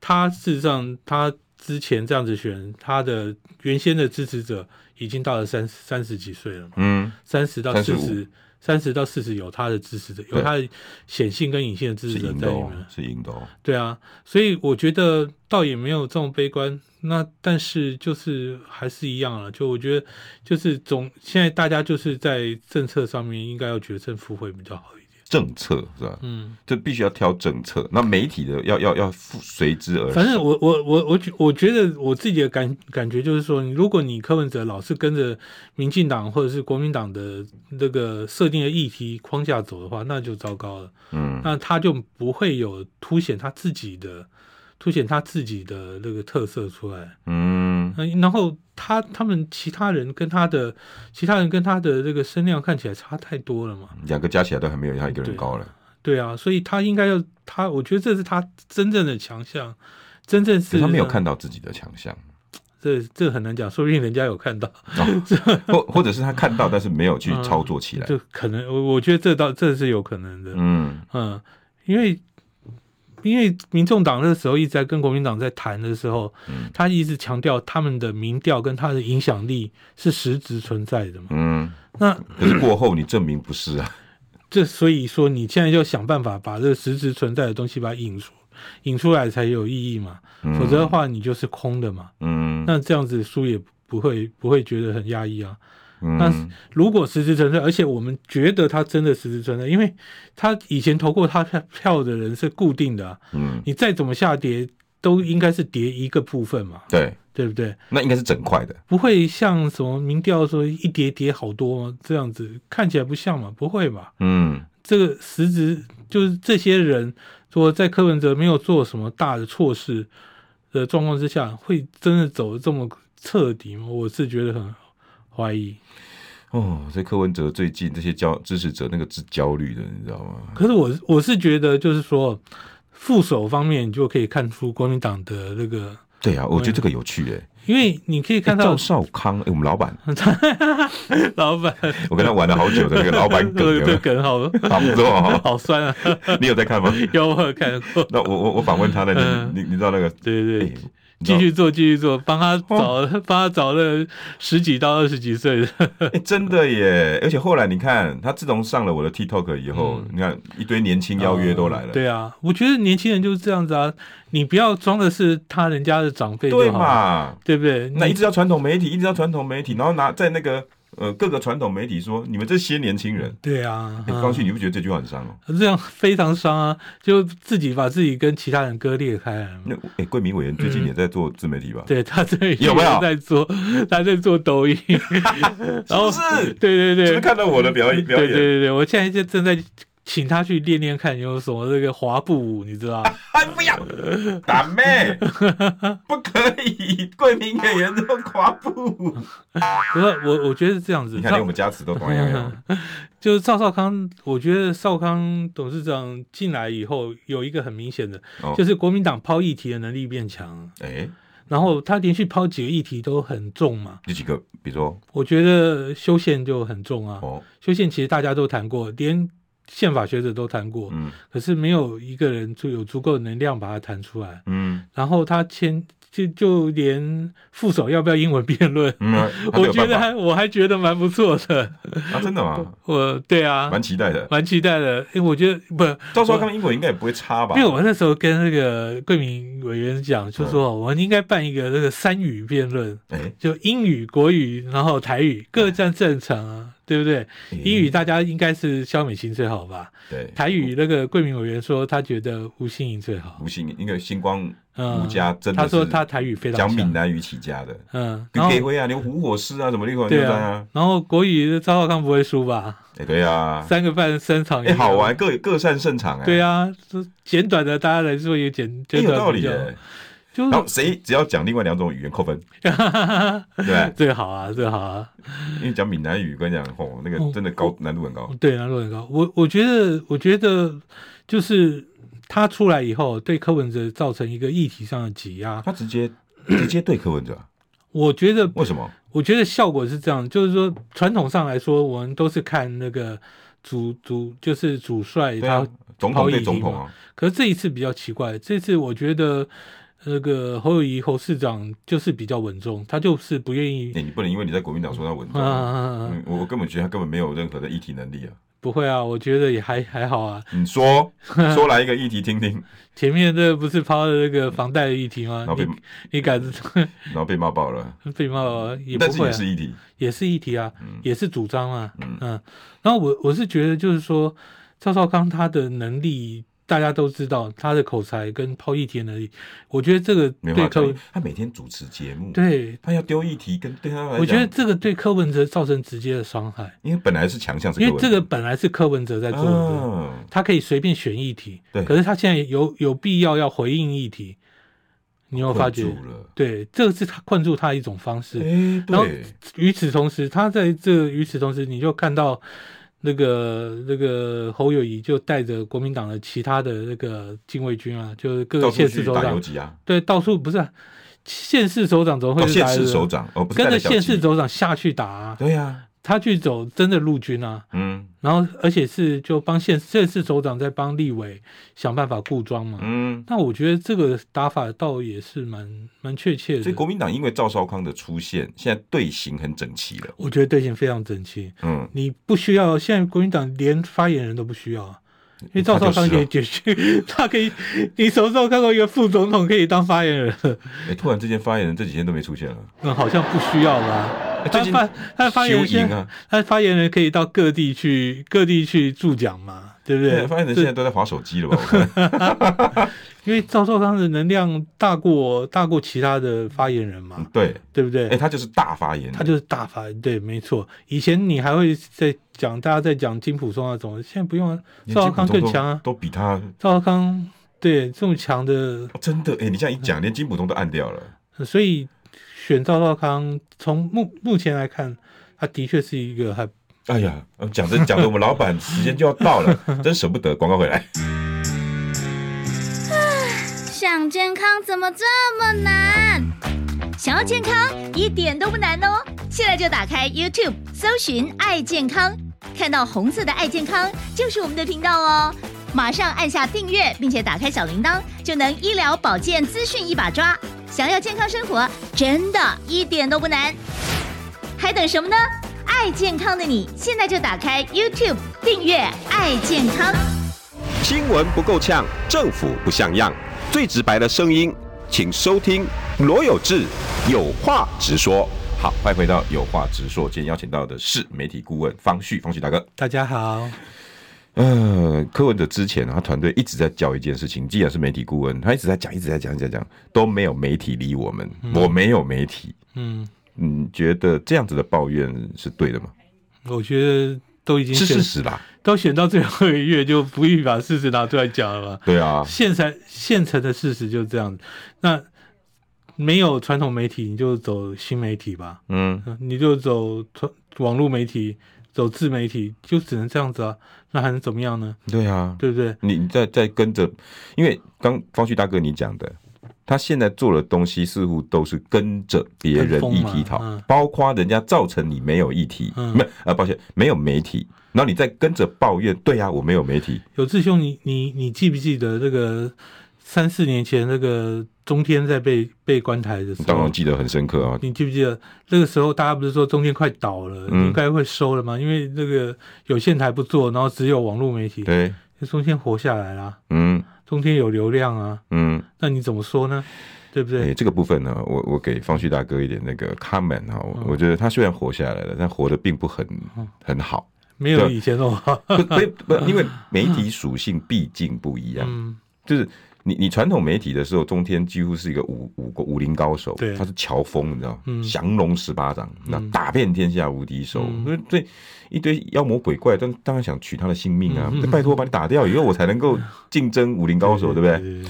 B: 他事实上他之前这样子选，他的原先的支持者已经到了三三十几岁了嘛。
A: 嗯，
B: 三十到四
A: 35
B: 十，三十到四十有他的支持者，有他的显性跟隐性的支
A: 是
B: 持者
A: 赢
B: 在
A: 的
B: 里
A: 哦
B: 面，。
A: 是赢的哦。
B: 对啊，所以我觉得倒也没有这么悲观。那但是就是还是一样了，啊就我觉得就是总现在大家就是在政策上面应该要决胜负会比较好一点。
A: 政策是吧？
B: 嗯，
A: 这必须要挑政策，那媒体的要要要附随之而。
B: 反正我我我我觉我觉得我自己的感感觉就是说，如果你柯文哲老是跟着民进党或者是国民党的那个设定的议题框架走的话，那就糟糕了。
A: 嗯
B: 那他就不会有凸显他自己的凸显他自己的那个特色出来。
A: 嗯，
B: 嗯，然后他他们其他人跟他的其他人跟他的这个声量看起来差太多了嘛。
A: 两个加起来都还没有他一个人
B: 对
A: 高了。
B: 对啊，所以他应该要他，我觉得这是他真正的强项，真正
A: 可
B: 是
A: 是他没有看到自己的强项，
B: 这这很难讲，说不定人家有看到，
A: 哦或或者是他看到，但是没有去操作起来。
B: 这可能我我觉得这倒这是有可能的。
A: 嗯
B: 嗯，因为因为民众党那时候一直在跟国民党在谈的时候，
A: 嗯
B: 他一直强调他们的民调跟他的影响力是实质存在的嘛。
A: 嗯，
B: 那
A: 可是过后你证明不是啊，
B: 这所以说，你现在就想办法把这个实质存在的东西把它引出引出来才有意义嘛，否则的话你就是空的嘛。
A: 嗯，
B: 那这样子书也不会不会觉得很压抑啊。那
A: 嗯
B: 如果实质存在，而且我们觉得它真的实质存在，因为他以前投过他票的人是固定的啊、
A: 嗯，
B: 你再怎么下跌，都应该是跌一个部分嘛，
A: 对，
B: 对不对？
A: 那应该是整块的，
B: 不会像什么民调说一跌跌好多这样子，看起来不像嘛，不会嘛？
A: 嗯
B: 这个实质就是这些人说，在柯文哲没有做什么大的措施的状况之下，会真的走得这么彻底吗？我是觉得很怀疑。
A: 哦，这柯文哲最近这些焦支持者那个是焦虑的，你知道吗？
B: 可是我我是觉得，就是说副手方面，你就可以看出国民党的那个，
A: 对啊，我觉得这个有趣哎、
B: 因为你可以看
A: 赵
B: 到
A: 少康，哎、我们老板，
B: 老 板
A: 我跟他玩了好久的那个老板 梗，有没
B: 这
A: 有
B: 梗好
A: 好不错哦，
B: 好酸啊，
A: 你有在看吗？
B: 有我有看过，
A: 那我我我访问他的，
B: 嗯
A: 你你你知道那个？
B: 对对
A: 哎哦你知
B: 继
A: 道
B: 续做，继续做，帮他找， 帮他找了十几到二十几岁的，
A: 哎真的耶！而且后来你看，他自从上了我的 TikTok 以后，你看一堆年轻邀约都来了，
B: 嗯 对啊，我觉得年轻人就是这样子啊，你不要装的是他人家的长辈就好嗯
A: 对？嘛？
B: 对不对？
A: 那一
B: 你
A: 直要传统媒体，一直要传统媒体，然后拿在那个呃各个传统媒体说你们这些年轻人，
B: 对啊，
A: 哎
B: 嗯
A: 高旭，你不觉得这句话很伤哦？
B: 这样非常伤啊，就自己把自己跟其他人割裂开来嘛。
A: 那哎，桂明委员最近也在做自媒体吧？
B: 嗯对他这
A: 有没有
B: 在做，他在做抖 音，然后
A: 是
B: 哦
A: 是
B: 对对
A: 不是
B: 对，
A: 看到我的表演表
B: 对对
A: 演？
B: 对对，我现在就正在请他去练练看有什么这个滑步舞，你知道吗？
A: 哎，不要，打妹，不可以，桂明委员这么夸 不？
B: 不是我，我觉得是这样子。
A: 你看，连我们家词都同样样。
B: 嗯就是赵少康，我觉得少康董事长进来以后有一个很明显的，
A: 哦
B: 就是国民党抛议题的能力变强，
A: 哎，
B: 然后他连续抛几个议题都很重嘛，
A: 有几个，比如说
B: 我觉得修宪就很重啊，
A: 哦，
B: 修宪其实大家都谈过，连宪法学者都谈过，
A: 嗯
B: 可是没有一个人就有足够的能量把它谈出来，
A: 嗯
B: 然后他签就就连副手要不要英文辩论，
A: 嗯， 他都
B: 我
A: 有
B: 觉
A: 办
B: 得
A: 法
B: 还我还觉得蛮不错的，
A: 啊，真的吗？
B: 我对 啊，
A: 蛮期待的。
B: 蛮期待的。因为我觉得不，
A: 到时候看英文应该也不会差吧？
B: 因为我那时候跟那个桂明委员讲，就
A: 嗯
B: 说我们应该办一个那个三语辩论，
A: 哎，
B: 就英语、国语，然后台语各占正常啊，对不对？
A: 嗯
B: 英语大家应该是肖美琴最好吧？
A: 对
B: 台语那个桂明委员说他觉得吴欣颖最好，
A: 吴姓那个星光
B: 嗯，
A: 吴家真的是
B: 他说他台语非常
A: 讲闽
B: 强，
A: 南语起家的，
B: 嗯，然
A: 跟
B: 后
A: 给辉啊，连虎火师啊，什么六个
B: 对
A: 六三
B: 啊
A: 啊，，
B: 然后国语赵少康不会输吧？
A: 哎对啊，
B: 三个半三场，
A: 哎好玩，。各各擅胜场哎，
B: 对，啊，这简短的大家来说也简
A: 很
B: 简
A: 有
B: 短
A: 道理
B: 比较
A: 耶。
B: 就
A: 然
B: 是
A: 后谁只要讲另外两种语言扣分， 对不对，
B: 最好啊，最好啊，
A: 因为讲闽南语跟讲吼那个
B: 哦
A: 真的高难度很高，
B: 对啊，陆很高。我我觉得，我觉得就是他出来以后，对柯文哲造成一个议题上的挤压。
A: 他直接直接对柯文哲啊，
B: 我觉得，
A: 为什么？
B: 我觉得效果是这样，就是说传统上来说，我们都是看那个主主就是主帅
A: 对
B: 他，
A: 啊，总统对总统啊，
B: 可是这一次比较奇怪，这次我觉得。那个侯友谊侯市长就是比较稳重，他就是不愿意
A: 哎，你不能因为你在国民党说他稳
B: 啊
A: 重
B: 啊
A: 啊。
B: 啊啊
A: 嗯，我我根本觉得他根本没有任何的议题能力啊！
B: 不会啊，我觉得也还还好啊。
A: 你说 说来一个议题听听，
B: 前面这不是抛的那个房贷的议题吗
A: 然后？被
B: 你你敢
A: 然后被骂爆了，
B: 被骂啊也
A: 但
B: 不
A: 是
B: 会、
A: 也
B: 啊，
A: 是议题，
B: 也是议题啊，也是主张啊，
A: 嗯
B: 嗯然后我我是觉得就是说，赵少康他的能力大家都知道，他的口才跟抛议题的能力，我觉得这个
A: 没
B: 对
A: 话
B: 柯
A: 讲。他每天主持节目，
B: 对，
A: 他要丢议题，跟对他来讲，
B: 我觉得这个对柯文哲造成直接的伤害，
A: 因为本来是强项，
B: 因为这个本来是柯文哲在做的。
A: 嗯，
B: 他可以随便选议题
A: 对，
B: 可是他现在有有必要要回应议题，你有没有发
A: 困
B: 觉？
A: 住了，
B: 对，这个是他困住他的一种方式。
A: 哎，
B: 然后
A: 对，
B: 与此同时，他在这与此同时，你就看到那个那个侯友谊就带着国民党的其他的那个禁卫军啊，就是各
A: 到
B: 个
A: 处
B: 县市
A: 去
B: 首
A: 打游
B: 长，
A: 击啊，
B: 对，到处不是、啊、县市首长怎么
A: 到
B: 会是
A: 县
B: 打
A: 市
B: 的
A: 首长哦，不是
B: 跟
A: 带
B: 着
A: 小
B: 县市
A: 旗
B: 首长下去打、啊，
A: 对呀，
B: 他去走真的陆军啊。
A: 嗯
B: 然后而且是就帮县县市首长在帮立委想办法固装嘛。
A: 嗯，
B: 那我觉得这个打法倒也是蛮蛮确切
A: 所以国
B: 的。
A: 民党因为赵少康的出现，现在队形很整齐了，
B: 我觉得队形非常整齐，
A: 嗯，
B: 你不需要现在国民党连发言人都不需要啊，
A: 嗯
B: 因为赵少康可以解 决，他可以，你什么时候看过一个副总统可以当发言人？
A: 哎，突然之间发言人这几天都没出现了，
B: 嗯，好像不需要吧。
A: 哎
B: 他
A: 最近
B: 发他的发言人
A: 休
B: 现
A: 营
B: 在
A: 啊，
B: 他的发言人可以到各地去各地去助讲嘛，对不对？
A: 发言人现在都在划手机了吧？我看
B: 因为赵少康的能量大过大过其他的发言人嘛，
A: 嗯对，
B: 对不对？
A: 哎，他就是大发言人，
B: 他就是大发言，对，没错。以前你还会在讲，大家在讲金普松那种，现在不用啊，
A: 连
B: 赵少
A: 金普
B: 康
A: 通
B: 更
A: 都
B: 强啊，
A: 都比他
B: 赵少康对这么强的，
A: 真的哎，你这样一讲，连金普通都按掉了。
B: 所以选赵少康，从目目前来看，他的确是一个还
A: 哎呀，呃讲 着讲着，我们老板时间就要到了，真舍不得。广告回来，
E: 想健康怎么这么难？想要健康一点都不难哦！现在就打开 YouTube 搜寻“爱健康”，看到红色的“爱健康”就是我们的频道哦。马上按下订阅，并且打开小铃铛，就能医疗保健资讯一把抓。想要健康生活，真的一点都不难，还等什么呢？爱健康的你，现在就打开 YouTube 订阅“爱健康”。
D: 新闻不够呛，政府不像样，最直白的声音，请收听罗有志有话直说。
A: 好，欢迎回到有话直说。今天邀请到的是媒体顾问方旭，方旭大哥。
B: 大家好，
A: 呃，柯文哲之前啊他团队一直在教一件事情，既然是媒体顾问，他一直在讲，一直在讲，一直在讲，都没有媒体理我们，我没有媒体。
B: 嗯，
A: 你觉得这样子的抱怨是对的吗？
B: 我觉得都已经
A: 是
B: 选
A: 事实啦，
B: 都选到最后一个月，就不必把事实拿出来讲了吧？
A: 对啊，
B: 现成现成的事实就是这样子。那没有传统媒体，你就走新媒体吧。
A: 嗯，
B: 嗯你就走传网络媒体，走自媒体，就只能这样子啊，那还能怎么样呢？
A: 对啊，
B: 对不对？
A: 你你在在跟着，因为刚方旭大哥你讲的，他现在做的东西似乎都是跟着别人
B: 跟风
A: 议
B: 嘛
A: 题讨，
B: 嗯
A: 包括人家造成你没有议题，
B: 嗯
A: 没啊，抱歉，没有媒体，然后你再跟着抱怨，对啊，我没有媒体，
B: 有志兄，你你你记不记得那个三四年前那个中天在被被关台的时
A: 当
B: 候
A: 然？记得很深刻啊，
B: 你记不记得那个时候，大家不是说中天快倒了，
A: 嗯
B: 应该会收了吗？因为那个有线台不做，然后只有网络媒体，
A: 对，
B: 中天活下来啦，
A: 嗯
B: 中天有流量啊，
A: 嗯。
B: 那你怎么说呢？对不
A: 诶、
B: 对？
A: 这个部分呢，我我给方旭大哥一点那个 comment 哈，
B: 嗯
A: 我我觉得他虽然活下来了，但活得并不很很好，
B: 没有
A: 对
B: 以前那么好，
A: 不不不，因为媒体属性毕竟不一样，
B: 嗯，
A: 就是你你传统媒体的时候，中天几乎是一个武武武林高手
B: 对，
A: 他是乔峰，你知道，
B: 嗯
A: 降龙十八掌，那
B: 嗯
A: 打遍天下无敌手，
B: 嗯
A: 所以所以一堆妖魔鬼怪，但当然想取他的性命啊，
B: 嗯嗯
A: 拜托把你打掉以后，我才能 够竞争武林高手，对不对？
B: 对？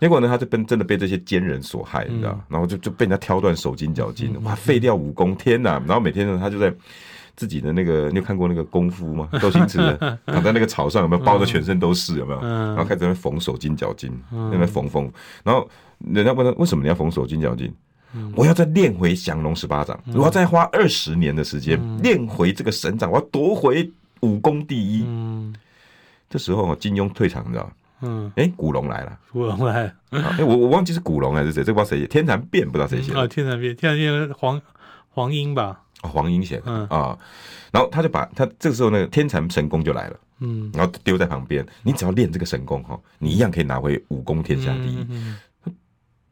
A: 结果呢，他就被真的被这些奸人所害，
B: 嗯
A: 你知道，然后就就被人家挑断手筋脚筋，哇，废掉武功，天
B: 嗯
A: 哪！然后每天呢，他就在自己的那个，你有看过那个功夫 吗？周星驰的躺在那个草上，有没有包的全身都是？有没有？
B: 嗯
A: 然后开始在那边缝手筋脚筋，
B: 嗯
A: 在那边缝缝。然后人家问他为什么你要缝手筋脚筋？
B: 嗯
A: 我要再练回降龙十八掌，我要再花二十年的时间
B: 嗯
A: 练回这个神掌，我要夺回武功第一。
B: 嗯
A: 这时候金庸退场，你知道？
B: 嗯。
A: 哎，古龙来了。
B: 我来
A: 哎、我我忘记是古龙还是谁，这个不知道谁写，天蚕变不知道谁写的、
B: 啊，天蚕变，天蚕变黄黄英吧，
A: 哦黄英写的啊、
B: 嗯
A: 然后他就把他这个时候那个天蚕神功就来了，
B: 嗯，
A: 然后丢在旁边，你只要练这个神功哈，你一样可以拿回武功天下第一。
B: 嗯嗯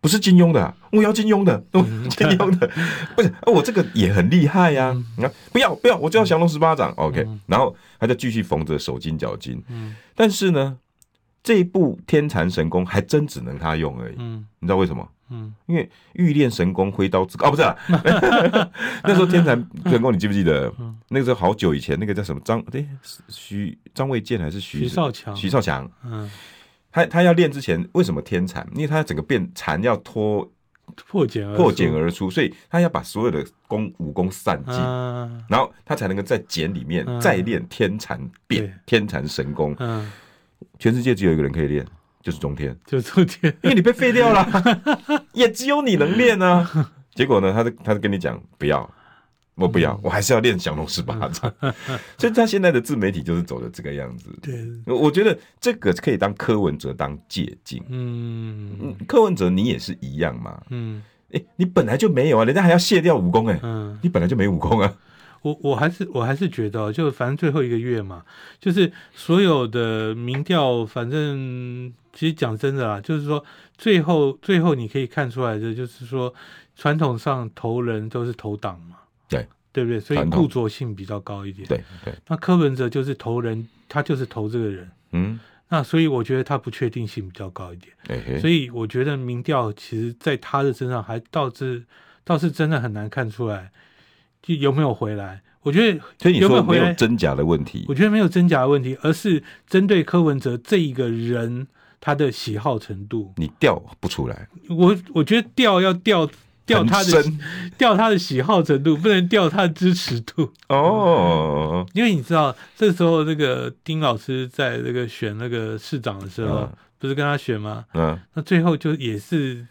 A: 不是金庸的啊、我要金庸的，我要金庸 的，不是、啊我这个也很厉害呀、啊。
B: 嗯
A: 你看，不要不要，我就要降龙十八掌。OK，、然后他就继续缝着手筋脚筋。
B: 嗯
A: 但是呢，这一部天蚕神功还真只能他用而已。
B: 嗯
A: 你知道为什么？
B: 嗯
A: 因为欲练神功，挥刀自宫哦，不 是、啊， 那时候天蚕神功，你记不记得？那个时候好久以前，那个叫什么张对徐张卫健还是徐
B: 徐少强
A: 徐少强，
B: 嗯，
A: 他他要练之前，为什么天蚕？因为他整个变蚕要脱
B: 破茧而
A: 破茧
B: 出
A: 而出，所以他要把所有的功武功散尽。
B: 啊，
A: 然后他才能够在茧里面
B: 嗯
A: 再练天蚕
B: 对
A: 变、天蚕神功，
B: 嗯，
A: 全世界只有一个人可以练，就是中天。
B: 就昨天，
A: 因为你被废掉了， 也只有你能练啊。结果呢，他就他就跟你讲不要，我不要，我还是要练降龙十八 掌。所以他现在的自媒体就是走的这个样子。
B: 对，
A: 我我觉得这个可以当柯文哲当借鉴。嗯
B: 嗯，
A: 柯文哲你也是一样嘛？
B: 嗯
A: 诶，你本来就没有啊，人家还要卸掉武功诶，
B: 嗯，
A: 你本来就没武功啊。
B: 我我还是我还是觉得哦，就反正最后一个月嘛，就是所有的民调，反正其实讲真的啦，就是说最后最后你可以看出来的，就是说传统上投人都是投党嘛，
A: 对
B: 对不对？所以
A: 传统
B: 固着性比较高一点。
A: 对对，
B: 那柯文哲就是投人，他就是投这个人，
A: 嗯，
B: 那所以我觉得他不确定性比较高一点。
A: 哎嘿，
B: 所以我觉得民调其实在他的身上还倒是倒是真的很难看出来，就有没有回来。我觉得
A: 所以你
B: 有没
A: 说
B: 有
A: 没
B: 回
A: 有
B: 来，
A: 真假的问题
B: 我，觉得没有真假的问题，而是针对柯文哲这一个人他的喜好程度。
A: 你调不出来，
B: 我我觉得调要调调他
A: 很
B: 的
A: 深
B: 调他的喜好程度，不能调他的支持度，
A: 哦，
B: 因为你知道这时候那个丁老师在那个选那个市长的时候，
A: 嗯
B: 不是跟他选吗？
A: 嗯，
B: 那最后就也是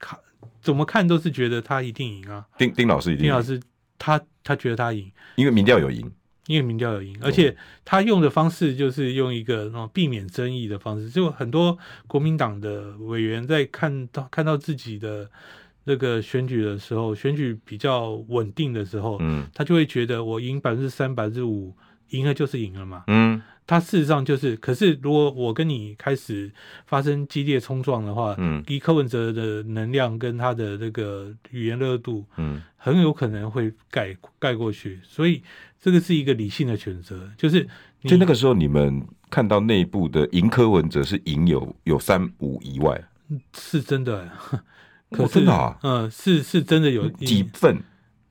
B: 看怎么看都是觉得他一定赢啊。
A: 丁丁老师一定
B: 丁老，师他他觉得他赢，
A: 因为民调有赢，
B: 因为民调有赢，
A: 嗯
B: 而且他用的方式就是用一个那种避免争议的方式，就很多国民党的委员在看到看到自己的那个选举的时候，选举比较稳定的时候，
A: 嗯
B: 他就会觉得我赢百分之三、百分之五，赢了就是赢了嘛。
A: 嗯
B: 他事实上就是，可是如果我跟你开始发生激烈冲撞的话，
A: 嗯
B: 以柯文哲的能量跟他的那个语言热度，
A: 嗯，
B: 很有可能会盖盖过去，所以这个是一个理性的选择，就是你
A: 所以那个时候你们看到内部的赢柯文哲是赢有有三五以外，
B: 是真的，可
A: 哦
B: 是
A: 真的啊
B: 嗯，是是真的有
A: 几份，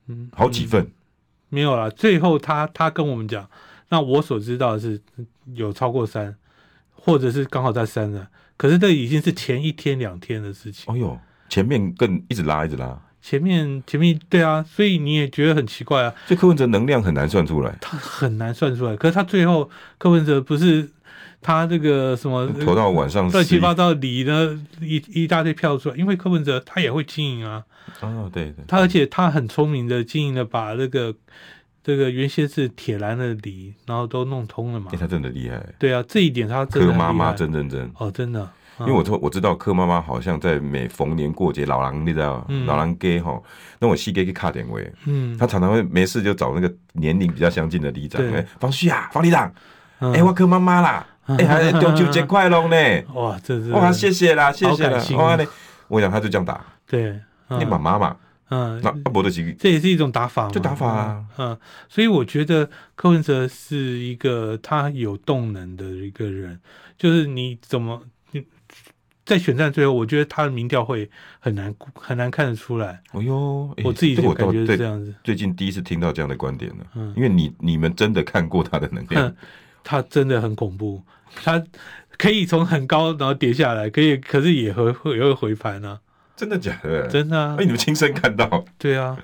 B: 嗯
A: 好几份，
B: 没有啦，最后他他跟我们讲，那我所知道的是有超过三，或者是刚好在三了，可是这已经是前一天两天的事情。
A: 哦哟，前面更一直拉一直拉，
B: 前面前面对啊，所以你也觉得很奇怪啊，
A: 所以柯文哲能量很难算出来，
B: 他很难算出来。可是他最后柯文哲不是他这个什么
A: 投到晚上
B: 乱七八
A: 糟
B: 糟理呢一一大堆票出来，因为柯文哲他也会经营啊，
A: 哦，对对，
B: 他而且他很聪明的经营的把这个这个原先是铁栏的理，然后都弄通了嘛
A: 哎，。他真的厉害，
B: 对啊，这一点他真的
A: 柯
B: 很
A: 妈妈
B: 厉害
A: 真真真。
B: 哦，真的，
A: 因
B: 嗯
A: 为我知我知道柯妈妈好像在每逢年过节，老狼你知道吗，
B: 嗯
A: 老狼给哈，那我细给去卡点位，
B: 嗯
A: 他常常会没事就找那个年龄比较相近的里长，
B: 对
A: 哎，方旭啊，方里长，
B: 嗯
A: 哎、我柯妈妈 啦，哎、还中秋节快乐呢，
B: 嗯哇，这是
A: 哇，谢谢啦，谢谢啦
B: 好感，性
A: 哇呢，我讲他就这样打，
B: 对，嗯
A: 你妈妈嘛，
B: 嗯
A: 那，阿伯的几个，
B: 这也是一种打法嘛，
A: 就打法啊
B: 嗯。嗯，所以我觉得柯文哲是一个他有动能的一个人，就是你怎么你在选战最后，我觉得他的民调会很难很难看得出来。
A: 哎呦，哎
B: 我自己
A: 这
B: 的
A: 个我
B: 感
A: 倒
B: 觉是这
A: 对
B: 样子，
A: 最近第一次听到这样的观点了，
B: 嗯
A: 因为你你们真的看过他的能量
B: 哼，他真的很恐怖，他可以从很高然后跌下来，可以可是也会会也会回盘啊，
A: 真的假的？
B: 真的
A: 哎、
B: 啊，
A: 你们亲身看到，
B: 对啊。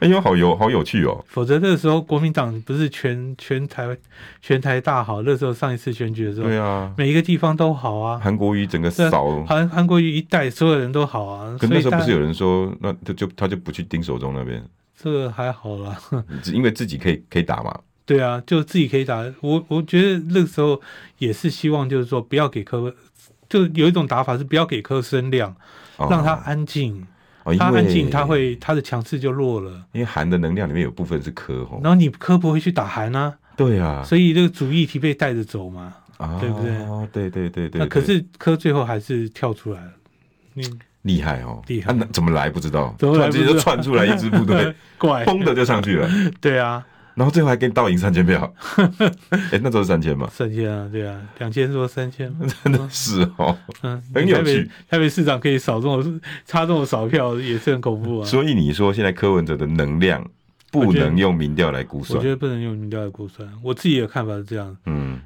A: 哎呦，好有好有趣哦，
B: 否则那个时候国民党不是全全台全台大好，那时候上一次选举的时候，
A: 对啊，
B: 每一个地方都好啊。
A: 韩国瑜整个
B: 对啊
A: 扫。
B: 韩韩国瑜一带，所有人都好啊。
A: 可
B: 所
A: 那
B: 以
A: 时候
B: 大
A: 不是有人说，那就就他就不去丁守中那边，
B: 这个还好啦，
A: 只因为自己可以可以打嘛，
B: 对啊，就自己可以打。我我觉得那个时候也是希望，就是说不要给科，就有一种打法是不要给科声量，
A: 哦
B: 让他安静，
A: 哦因
B: 他安
A: 为
B: 静他会他的强势就弱了。
A: 因为寒的能量里面有部分是科吼
B: 然，后你科不会去打韩啊，
A: 对哦啊，
B: 所以这个主议题被带着走嘛。
A: 啊
B: 对不对？
A: 对对对对
B: 那可
A: 对
B: 是科最后还是跳出来了。你
A: 厉害哦，
B: 厉害
A: 啊那怎么来不知道，
B: 怎么
A: 突
B: 来
A: 然
B: 不
A: 之
B: 知道哎
A: 间就窜出来一支部 队，
B: 怪
A: 嘣的就上去了，
B: 对啊，
A: 然后最后还给你倒赢三千 票，哎，那时候是三千嘛，
B: 三千啊，对啊，两千多三千，
A: 真的是哦，
B: 嗯，
A: 很有趣
B: 台北台北市长可以少这种差这种少票，也是很恐怖啊。
A: 所以你说现在柯文哲的能量不
B: 我觉得
A: 能用民调来估
B: 我
A: 算
B: 觉，得不能用民调来估算，我自己的看法是这样，
A: 嗯，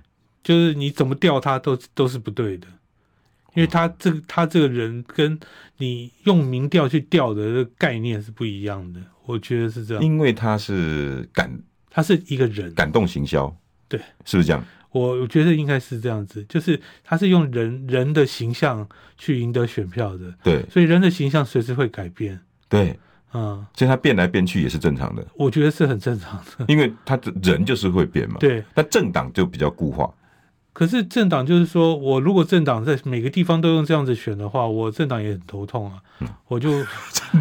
B: 就是你怎么调他都都是不对的，因为他这个他这个人跟你用民调去调的这个概念是不一样的，我觉得是啊这样。
A: 因为他是感
B: 他是一个人，
A: 感动行销，
B: 对，
A: 是不是这样？
B: 我我觉得应该是这样子，就是他是用人人的形象去赢得选票的，
A: 对
B: 所以人的形象随时会改变，
A: 对，
B: 嗯，
A: 所以他变来变去也是正常的，
B: 我觉得是很正常的。
A: 因为他的人就是会变嘛，
B: 对，
A: 但政党就比较固化，
B: 可是政党就是说，我如果政党在每个地方都用这样子选的话，我政党也很头痛啊。我就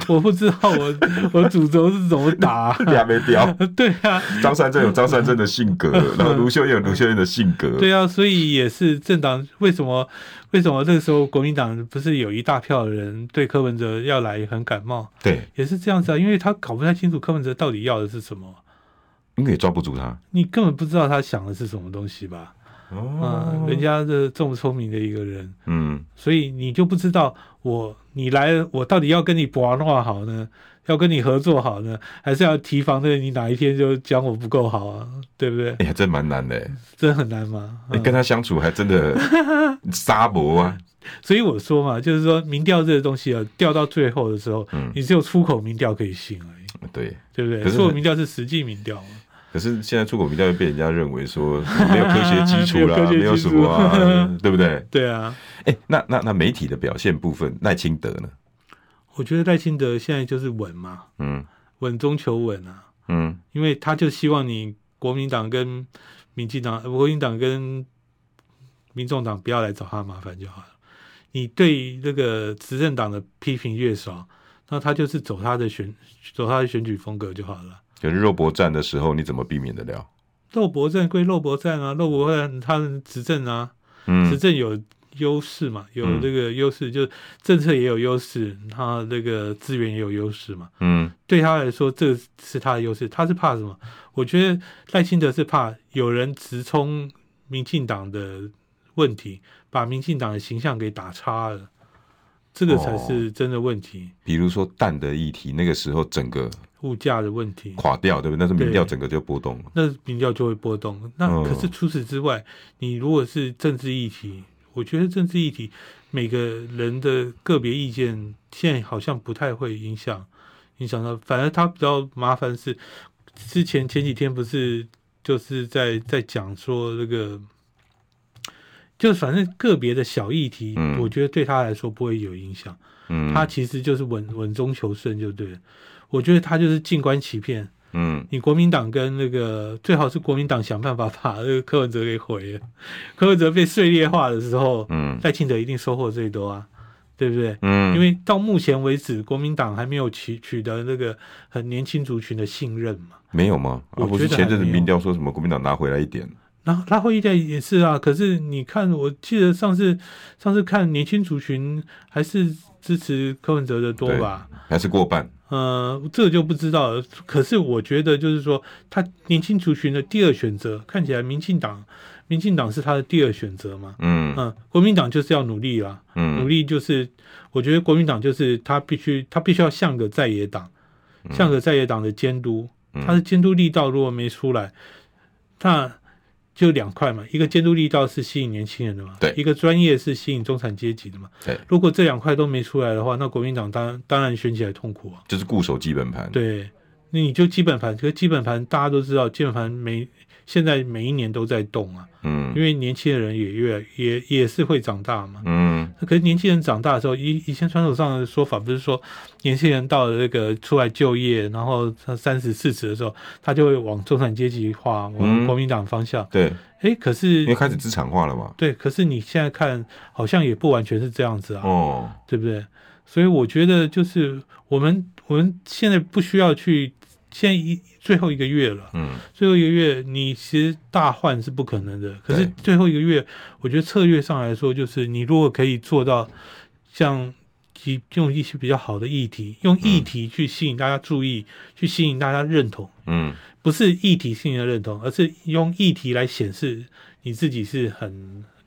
B: 我不知道我我主轴是怎么打、啊
A: 这俩没标。
B: 对啊，
A: 张善 政有张善政的性格，然后卢秀燕有卢秀燕的性格。
B: 对啊，所以也是政党为什么为什么那个时候国民党不是有一大票的人对柯文哲要来很感冒，
A: 对，
B: 也是这样子啊，因为他搞不太清楚柯文哲到底要的是什么，
A: 因为也抓不住他。
B: 你根本不知道他想的是什么东西吧？啊、人家的这么聪明的一个人，
A: 嗯，
B: 所以你就不知道我你来了，我到底要跟你玩话好呢，要跟你合作好呢，还是要提防着你哪一天就讲我不够好啊？ 对不对？
A: 哎呀，真蛮难的。
B: 这很难吗？啊
A: 你跟他相处还真 的沙博啊，
B: 所以我说嘛，就是说民调这个东西啊，调到最后的时候，
A: 嗯
B: 你只有出口民调可以信而已，
A: 对。
B: 对不对？
A: 可是
B: 出口民调是实际民调嘛，
A: 可是现在出口民调又被人家认为说没有科学基础啦
B: 没有科，学
A: 没有
B: 基
A: 什
B: 础
A: 么 啊，对不对？
B: 对啊。
A: 哎，那那那媒体的表现部分，赖清德呢？
B: 我觉得赖清德现在就是稳嘛，
A: 嗯
B: 稳中求稳啊，
A: 嗯，
B: 因为他就希望你国民党跟民进党、呃国民党跟民众党不要来找他麻烦就好了。你对这个执政党的批评越少，那他就是走他的选走他的选举风格就好了。
A: 可是肉搏战的时候，你怎么避免得了？
B: 肉搏战归肉搏战啊，肉搏战他们执政啊，执
A: 嗯
B: 政有优势嘛，有
A: 嗯
B: 这个优势，就是政策也有优势，他这个资源也有优势嘛。
A: 嗯
B: 对他来说，这是他的优势。他是怕什么？我觉得赖清德是怕有人直冲民进党的问题，把民进党的形象给打差了，这个才是真的问题，
A: 比如说蛋的议题，那个时候整个
B: 物价的问题。
A: 垮掉，对不对？那时候民调
B: 对
A: 整个就波动了。
B: 那民调就会波动。那
A: 嗯
B: 可是除此之外，你如果是政治议题，我觉得政治议题每个人的个别意见，现在好像不太会影响影响到。反而它比较麻烦是，之前前几天不是就是在在讲说这个。就反正个别的小议题，
A: 嗯
B: 我觉得对他来说不会有影响。
A: 嗯，
B: 他其实就是稳稳中求胜就对了。我觉得他就是静观其变，
A: 嗯
B: 你国民党跟那个最好是国民党想办法把那个柯文哲给毁了。柯文哲被碎裂化的时候，
A: 嗯
B: 赖清德一定收获最多啊，对不对？
A: 嗯，
B: 因为到目前为止，国民党还没有取取得那个很年轻族群的信任嘛。
A: 没有吗？啊，
B: 我
A: 不是
B: 觉得
A: 前阵子
B: 还没有
A: 民调说什么国民党拿回来一点，
B: 然后拉回一点也是啊，可是你看，我记得上次上次看年轻族群还是支持柯文哲的多吧？
A: 还是过半。
B: 呃，这个就不知道了。可是我觉得，就是说，他年轻族群的第二选择，看起来民进党，民进党是他的第二选择嘛。
A: 嗯
B: 嗯、国民党就是要努力啦，
A: 嗯，
B: 努力就是，我觉得国民党就是他必须，他必须要像个在野党，
A: 嗯
B: 像个在野党的监督，他的监督力道如果没出来，那就两块嘛，一个监督力道是吸引年轻人的嘛，
A: 对
B: 一个专业是吸引中产阶级的嘛，
A: 对
B: 如果这两块都没出来的话，那国民党当当然选起来痛苦啊。
A: 就是固守基本盘。，
B: 对，那你就基本盘，可是基本盘大家都知道，基本盘每现在每一年都在动啊，
A: 嗯
B: 因为年轻的人也越来也也是会长大嘛。
A: 嗯
B: 可是年轻人长大的时候，以以前传统上的说法不是说，年轻人到了这个出来就业，然后他三十四十的时候，他就会往中产阶级化，
A: 嗯
B: 往国民党方向。
A: 对，
B: 哎、可
A: 因为
B: 是
A: 开始资产化了嘛。
B: 对，可是你现在看好像也不完全是这样子啊。
A: 哦，
B: 对不对？所以我觉得就是我们我们现在不需要去，现在一最后一个月了，
A: 嗯
B: 最后一个月你其实大换是不可能的。可是
A: 对
B: 最后一个月，我觉得策略上来说，就是你如果可以做到像一用一些比较好的议题，用议题去吸引大家注意，去吸引大家认同，
A: 嗯
B: 不是议题性的认同，而是用议题来显示你自己是很，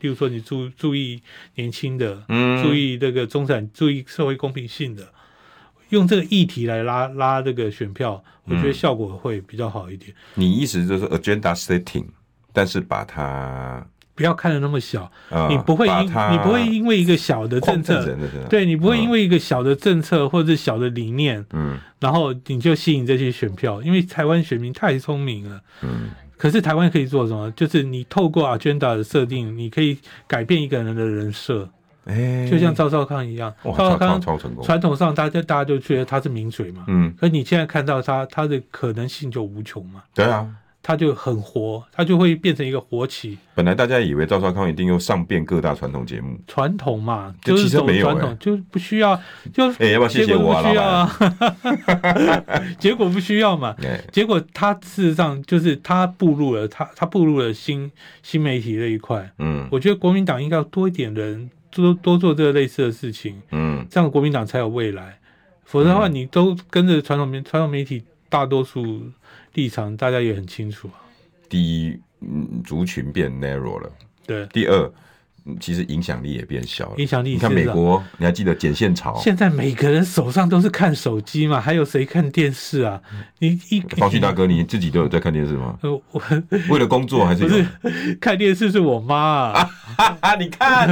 B: 例如说你注注意年轻的，
A: 嗯，
B: 注意这个中产，注意社会公平性的，用这个议题来拉拉这个选票，我
A: 嗯
B: 觉得效果会比较好一点。
A: 你意思就是 agenda setting，但是把它
B: 不要看的那么小，
A: 呃，
B: 你不会
A: 把
B: 因
A: 它
B: 你不会因为一个小的
A: 控
B: 政
A: 制
B: 策
A: 人，的，真的
B: 对你不会因为一个小的政策或者小的理念，
A: 嗯
B: 然后你就吸引这些选票，因为台湾选民太聪明了。
A: 嗯
B: 可是台湾可以做什么？就是你透过 agenda 的设定，你可以改变一个人的人设，
A: 哎，
B: 就像赵少康一样。
A: 哇
B: 赵少
A: 超超
B: 康
A: 超成功，
B: 传统上大家大家就觉得他是名嘴嘛，
A: 嗯
B: 可你现在看到他，他的可能性就无穷嘛，
A: 对啊，
B: 它就很活，它就会变成一个活棋。
A: 本来大家以为赵少康一定又上遍各大传统节目，
B: 传统嘛，
A: 就
B: 就是
A: 其实
B: 走
A: 没有
B: 传
A: 欸
B: 统，就是不需要，就
A: 哎要不要谢谢
B: 结果
A: 我啊
B: 不需要啊， 结果不需要嘛。
A: 哎，
B: 结果他事实上就是他步入了他他步入了新新媒体这一块，
A: 嗯
B: 我觉得国民党应该要多一点人多多做这类似的事情，
A: 嗯，
B: 这样国民党才有未来。否则的话，你都跟着传统媒传统媒体大多数立场，大家也很清楚啊。
A: 第一，嗯，族群变 narrow 了；
B: 对，
A: 第二，嗯其实影响力也变小了。
B: 影响力
A: 你看
B: 是
A: 美
B: 啊
A: 国，你还记得剪线潮？
B: 现在每个人手上都是看手机嘛，还有谁看电视啊？
A: 嗯
B: 你一
A: 方旭大，哥，你自己都有在看电视吗？
B: 呃，我
A: 为了工作还是
B: 不
A: 有？
B: 是看电视是我妈啊，
A: 哈哈， 你看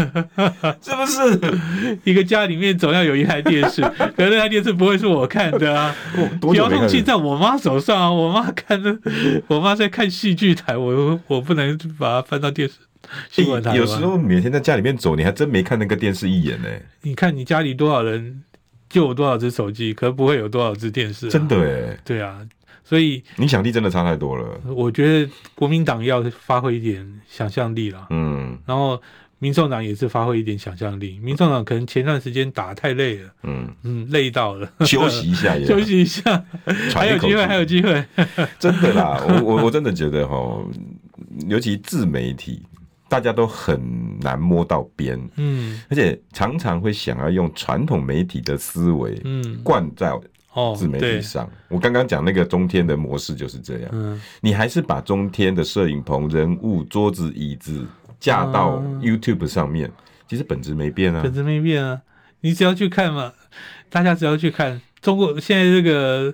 A: 是不是？
B: 一个家里面总要有一台 电视，可是那台电视不会是我看的啊。
A: 多久
B: 遥
A: 没
B: 控
A: 看
B: 器
A: 了？
B: 在我妈手上啊，我妈 看的，我妈在看戏剧台，我我不能把它翻到电视新闻台吧
A: 哎有时候每天在家里面走，你还真没看那个电视一眼呢、
B: 你看你家里多少人，就有多少只手机，可不会有多少只电视、啊
A: 真的，哎、
B: 对啊，所以
A: 影响力真的差太多了。
B: 我觉得国民党要发挥一点想象力啦，
A: 嗯
B: 然后民众党也是发挥一点想象力。民众党可能前段时间打太累了，
A: 嗯，
B: 嗯，累到了，
A: 休息一下也
B: 休息一下，还
A: 喘
B: 有
A: 一口
B: 机
A: 气
B: 会，还有机会。
A: 真的啦，我我我真的觉得哈，尤其自媒体，大家都很难摸到边，
B: 嗯
A: 而且常常会想要用传统媒体的思维
B: 嗯，
A: 灌在
B: 哦
A: 自，媒体
B: 对，
A: 上。我刚刚讲那个中天的模式就是这样，
B: 嗯
A: 你还是把中天的摄影棚、人物、桌子、椅子架到
B: 嗯
A: YouTube 上面，其实本质没变啊
B: 本。质没变啊，你只要去看嘛，大家只要去看中国现在这个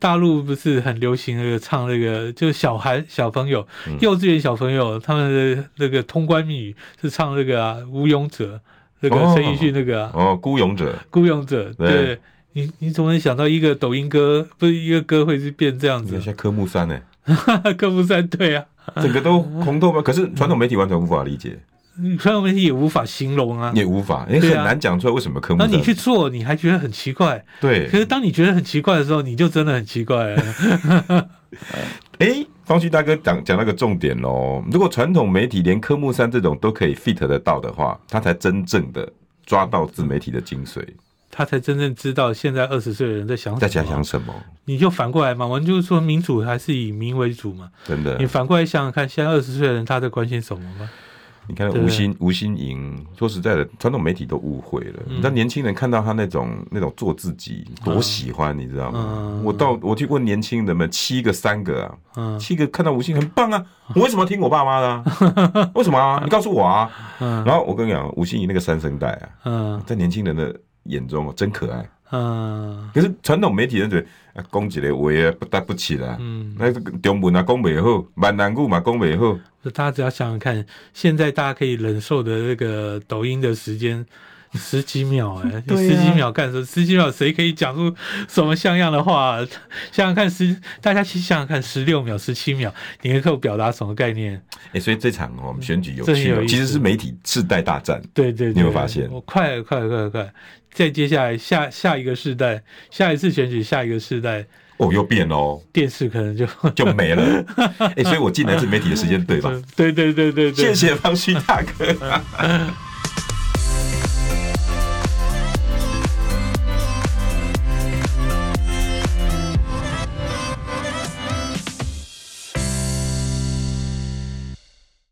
B: 大陆不是很流行那个唱那个，就是小孩小朋友、
A: 嗯
B: 幼稚园小朋友他们的那个通关密语是唱那个啊《无勇者》，那个
A: 哦
B: 陈奕迅那个啊
A: 哦，孤勇者，
B: 《孤勇者》
A: 对
B: 对。你你怎么能想到一个抖音歌不是一个歌会是变这样
A: 你
B: 子
A: 看？现在科目三呢、
B: 歌不三对啊，
A: 整个都红透吗？可是传统媒体完全无法理解，
B: 传统媒体也无法形容啊。
A: 也无法，也
B: 对
A: 很
B: 啊
A: 难讲出来为什么科目
B: 然后
A: 三。
B: 你去做，你还觉得很奇怪。
A: 对
B: 可，是当你觉得很奇怪的时候，你就真的很奇怪了。
A: 哎，方旭大哥讲讲那个重点喽。如果传统媒体连科目三这种都可以 fit 得到的话，他才真正的抓到自媒体的精髓，
B: 他才真正知道现在二十岁的人在想什么。
A: 大家想，什么？
B: 你就反过来嘛，我们就是说民主还是以民为主嘛。
A: 真的
B: 你，反过来想想看，现在二十岁的人他在关心什么吗？
A: 你看
B: 对
A: 吴昕，吴昕赢，说实在的，传统媒体都误会了。
B: 嗯
A: 你知道年轻人看到他那种那种做自己，多喜欢，你知道吗
B: 嗯？
A: 我到我去问年轻人们，七个三个啊，
B: 嗯
A: 七个看到吴昕很棒啊，我为什么要听我爸妈的 啊？为什么啊？你告诉我啊！
B: 嗯
A: 然后我跟你讲，吴昕赢那个三声带啊，
B: 嗯
A: 在年轻人的眼中哦，真可爱。
B: 嗯
A: 可是传统媒体人觉得啊，讲一个话啊不得不起啦，
B: 嗯，
A: 那个中文啊讲袂好，闽南语嘛讲袂好，
B: 那大家只要想想看，现在大家可以忍受的那个抖音的时间。十几秒哎、你
A: 对
B: 十
A: 啊
B: 几秒干什么？十几秒谁可以讲出什么像样的话、想想看十，大家去想想看，十六秒、十七秒，你能够表达什么概念？
A: 哎、所以这场哦选举有
B: 嗯这很
A: 趣、
B: 有
A: 哦，
B: 意思
A: 其实是媒体世代大战。
B: 对对对，
A: 你有没有发现
B: 我快了快了快了快了！再接下来下下一个世代，下一次选举，下一个世代，
A: 哦，又变喽，
B: 电视可能就
A: 就没 了。哎、所以我进来自媒体的时间对吧？
B: 对对对对对，
A: 谢谢方旭大哥。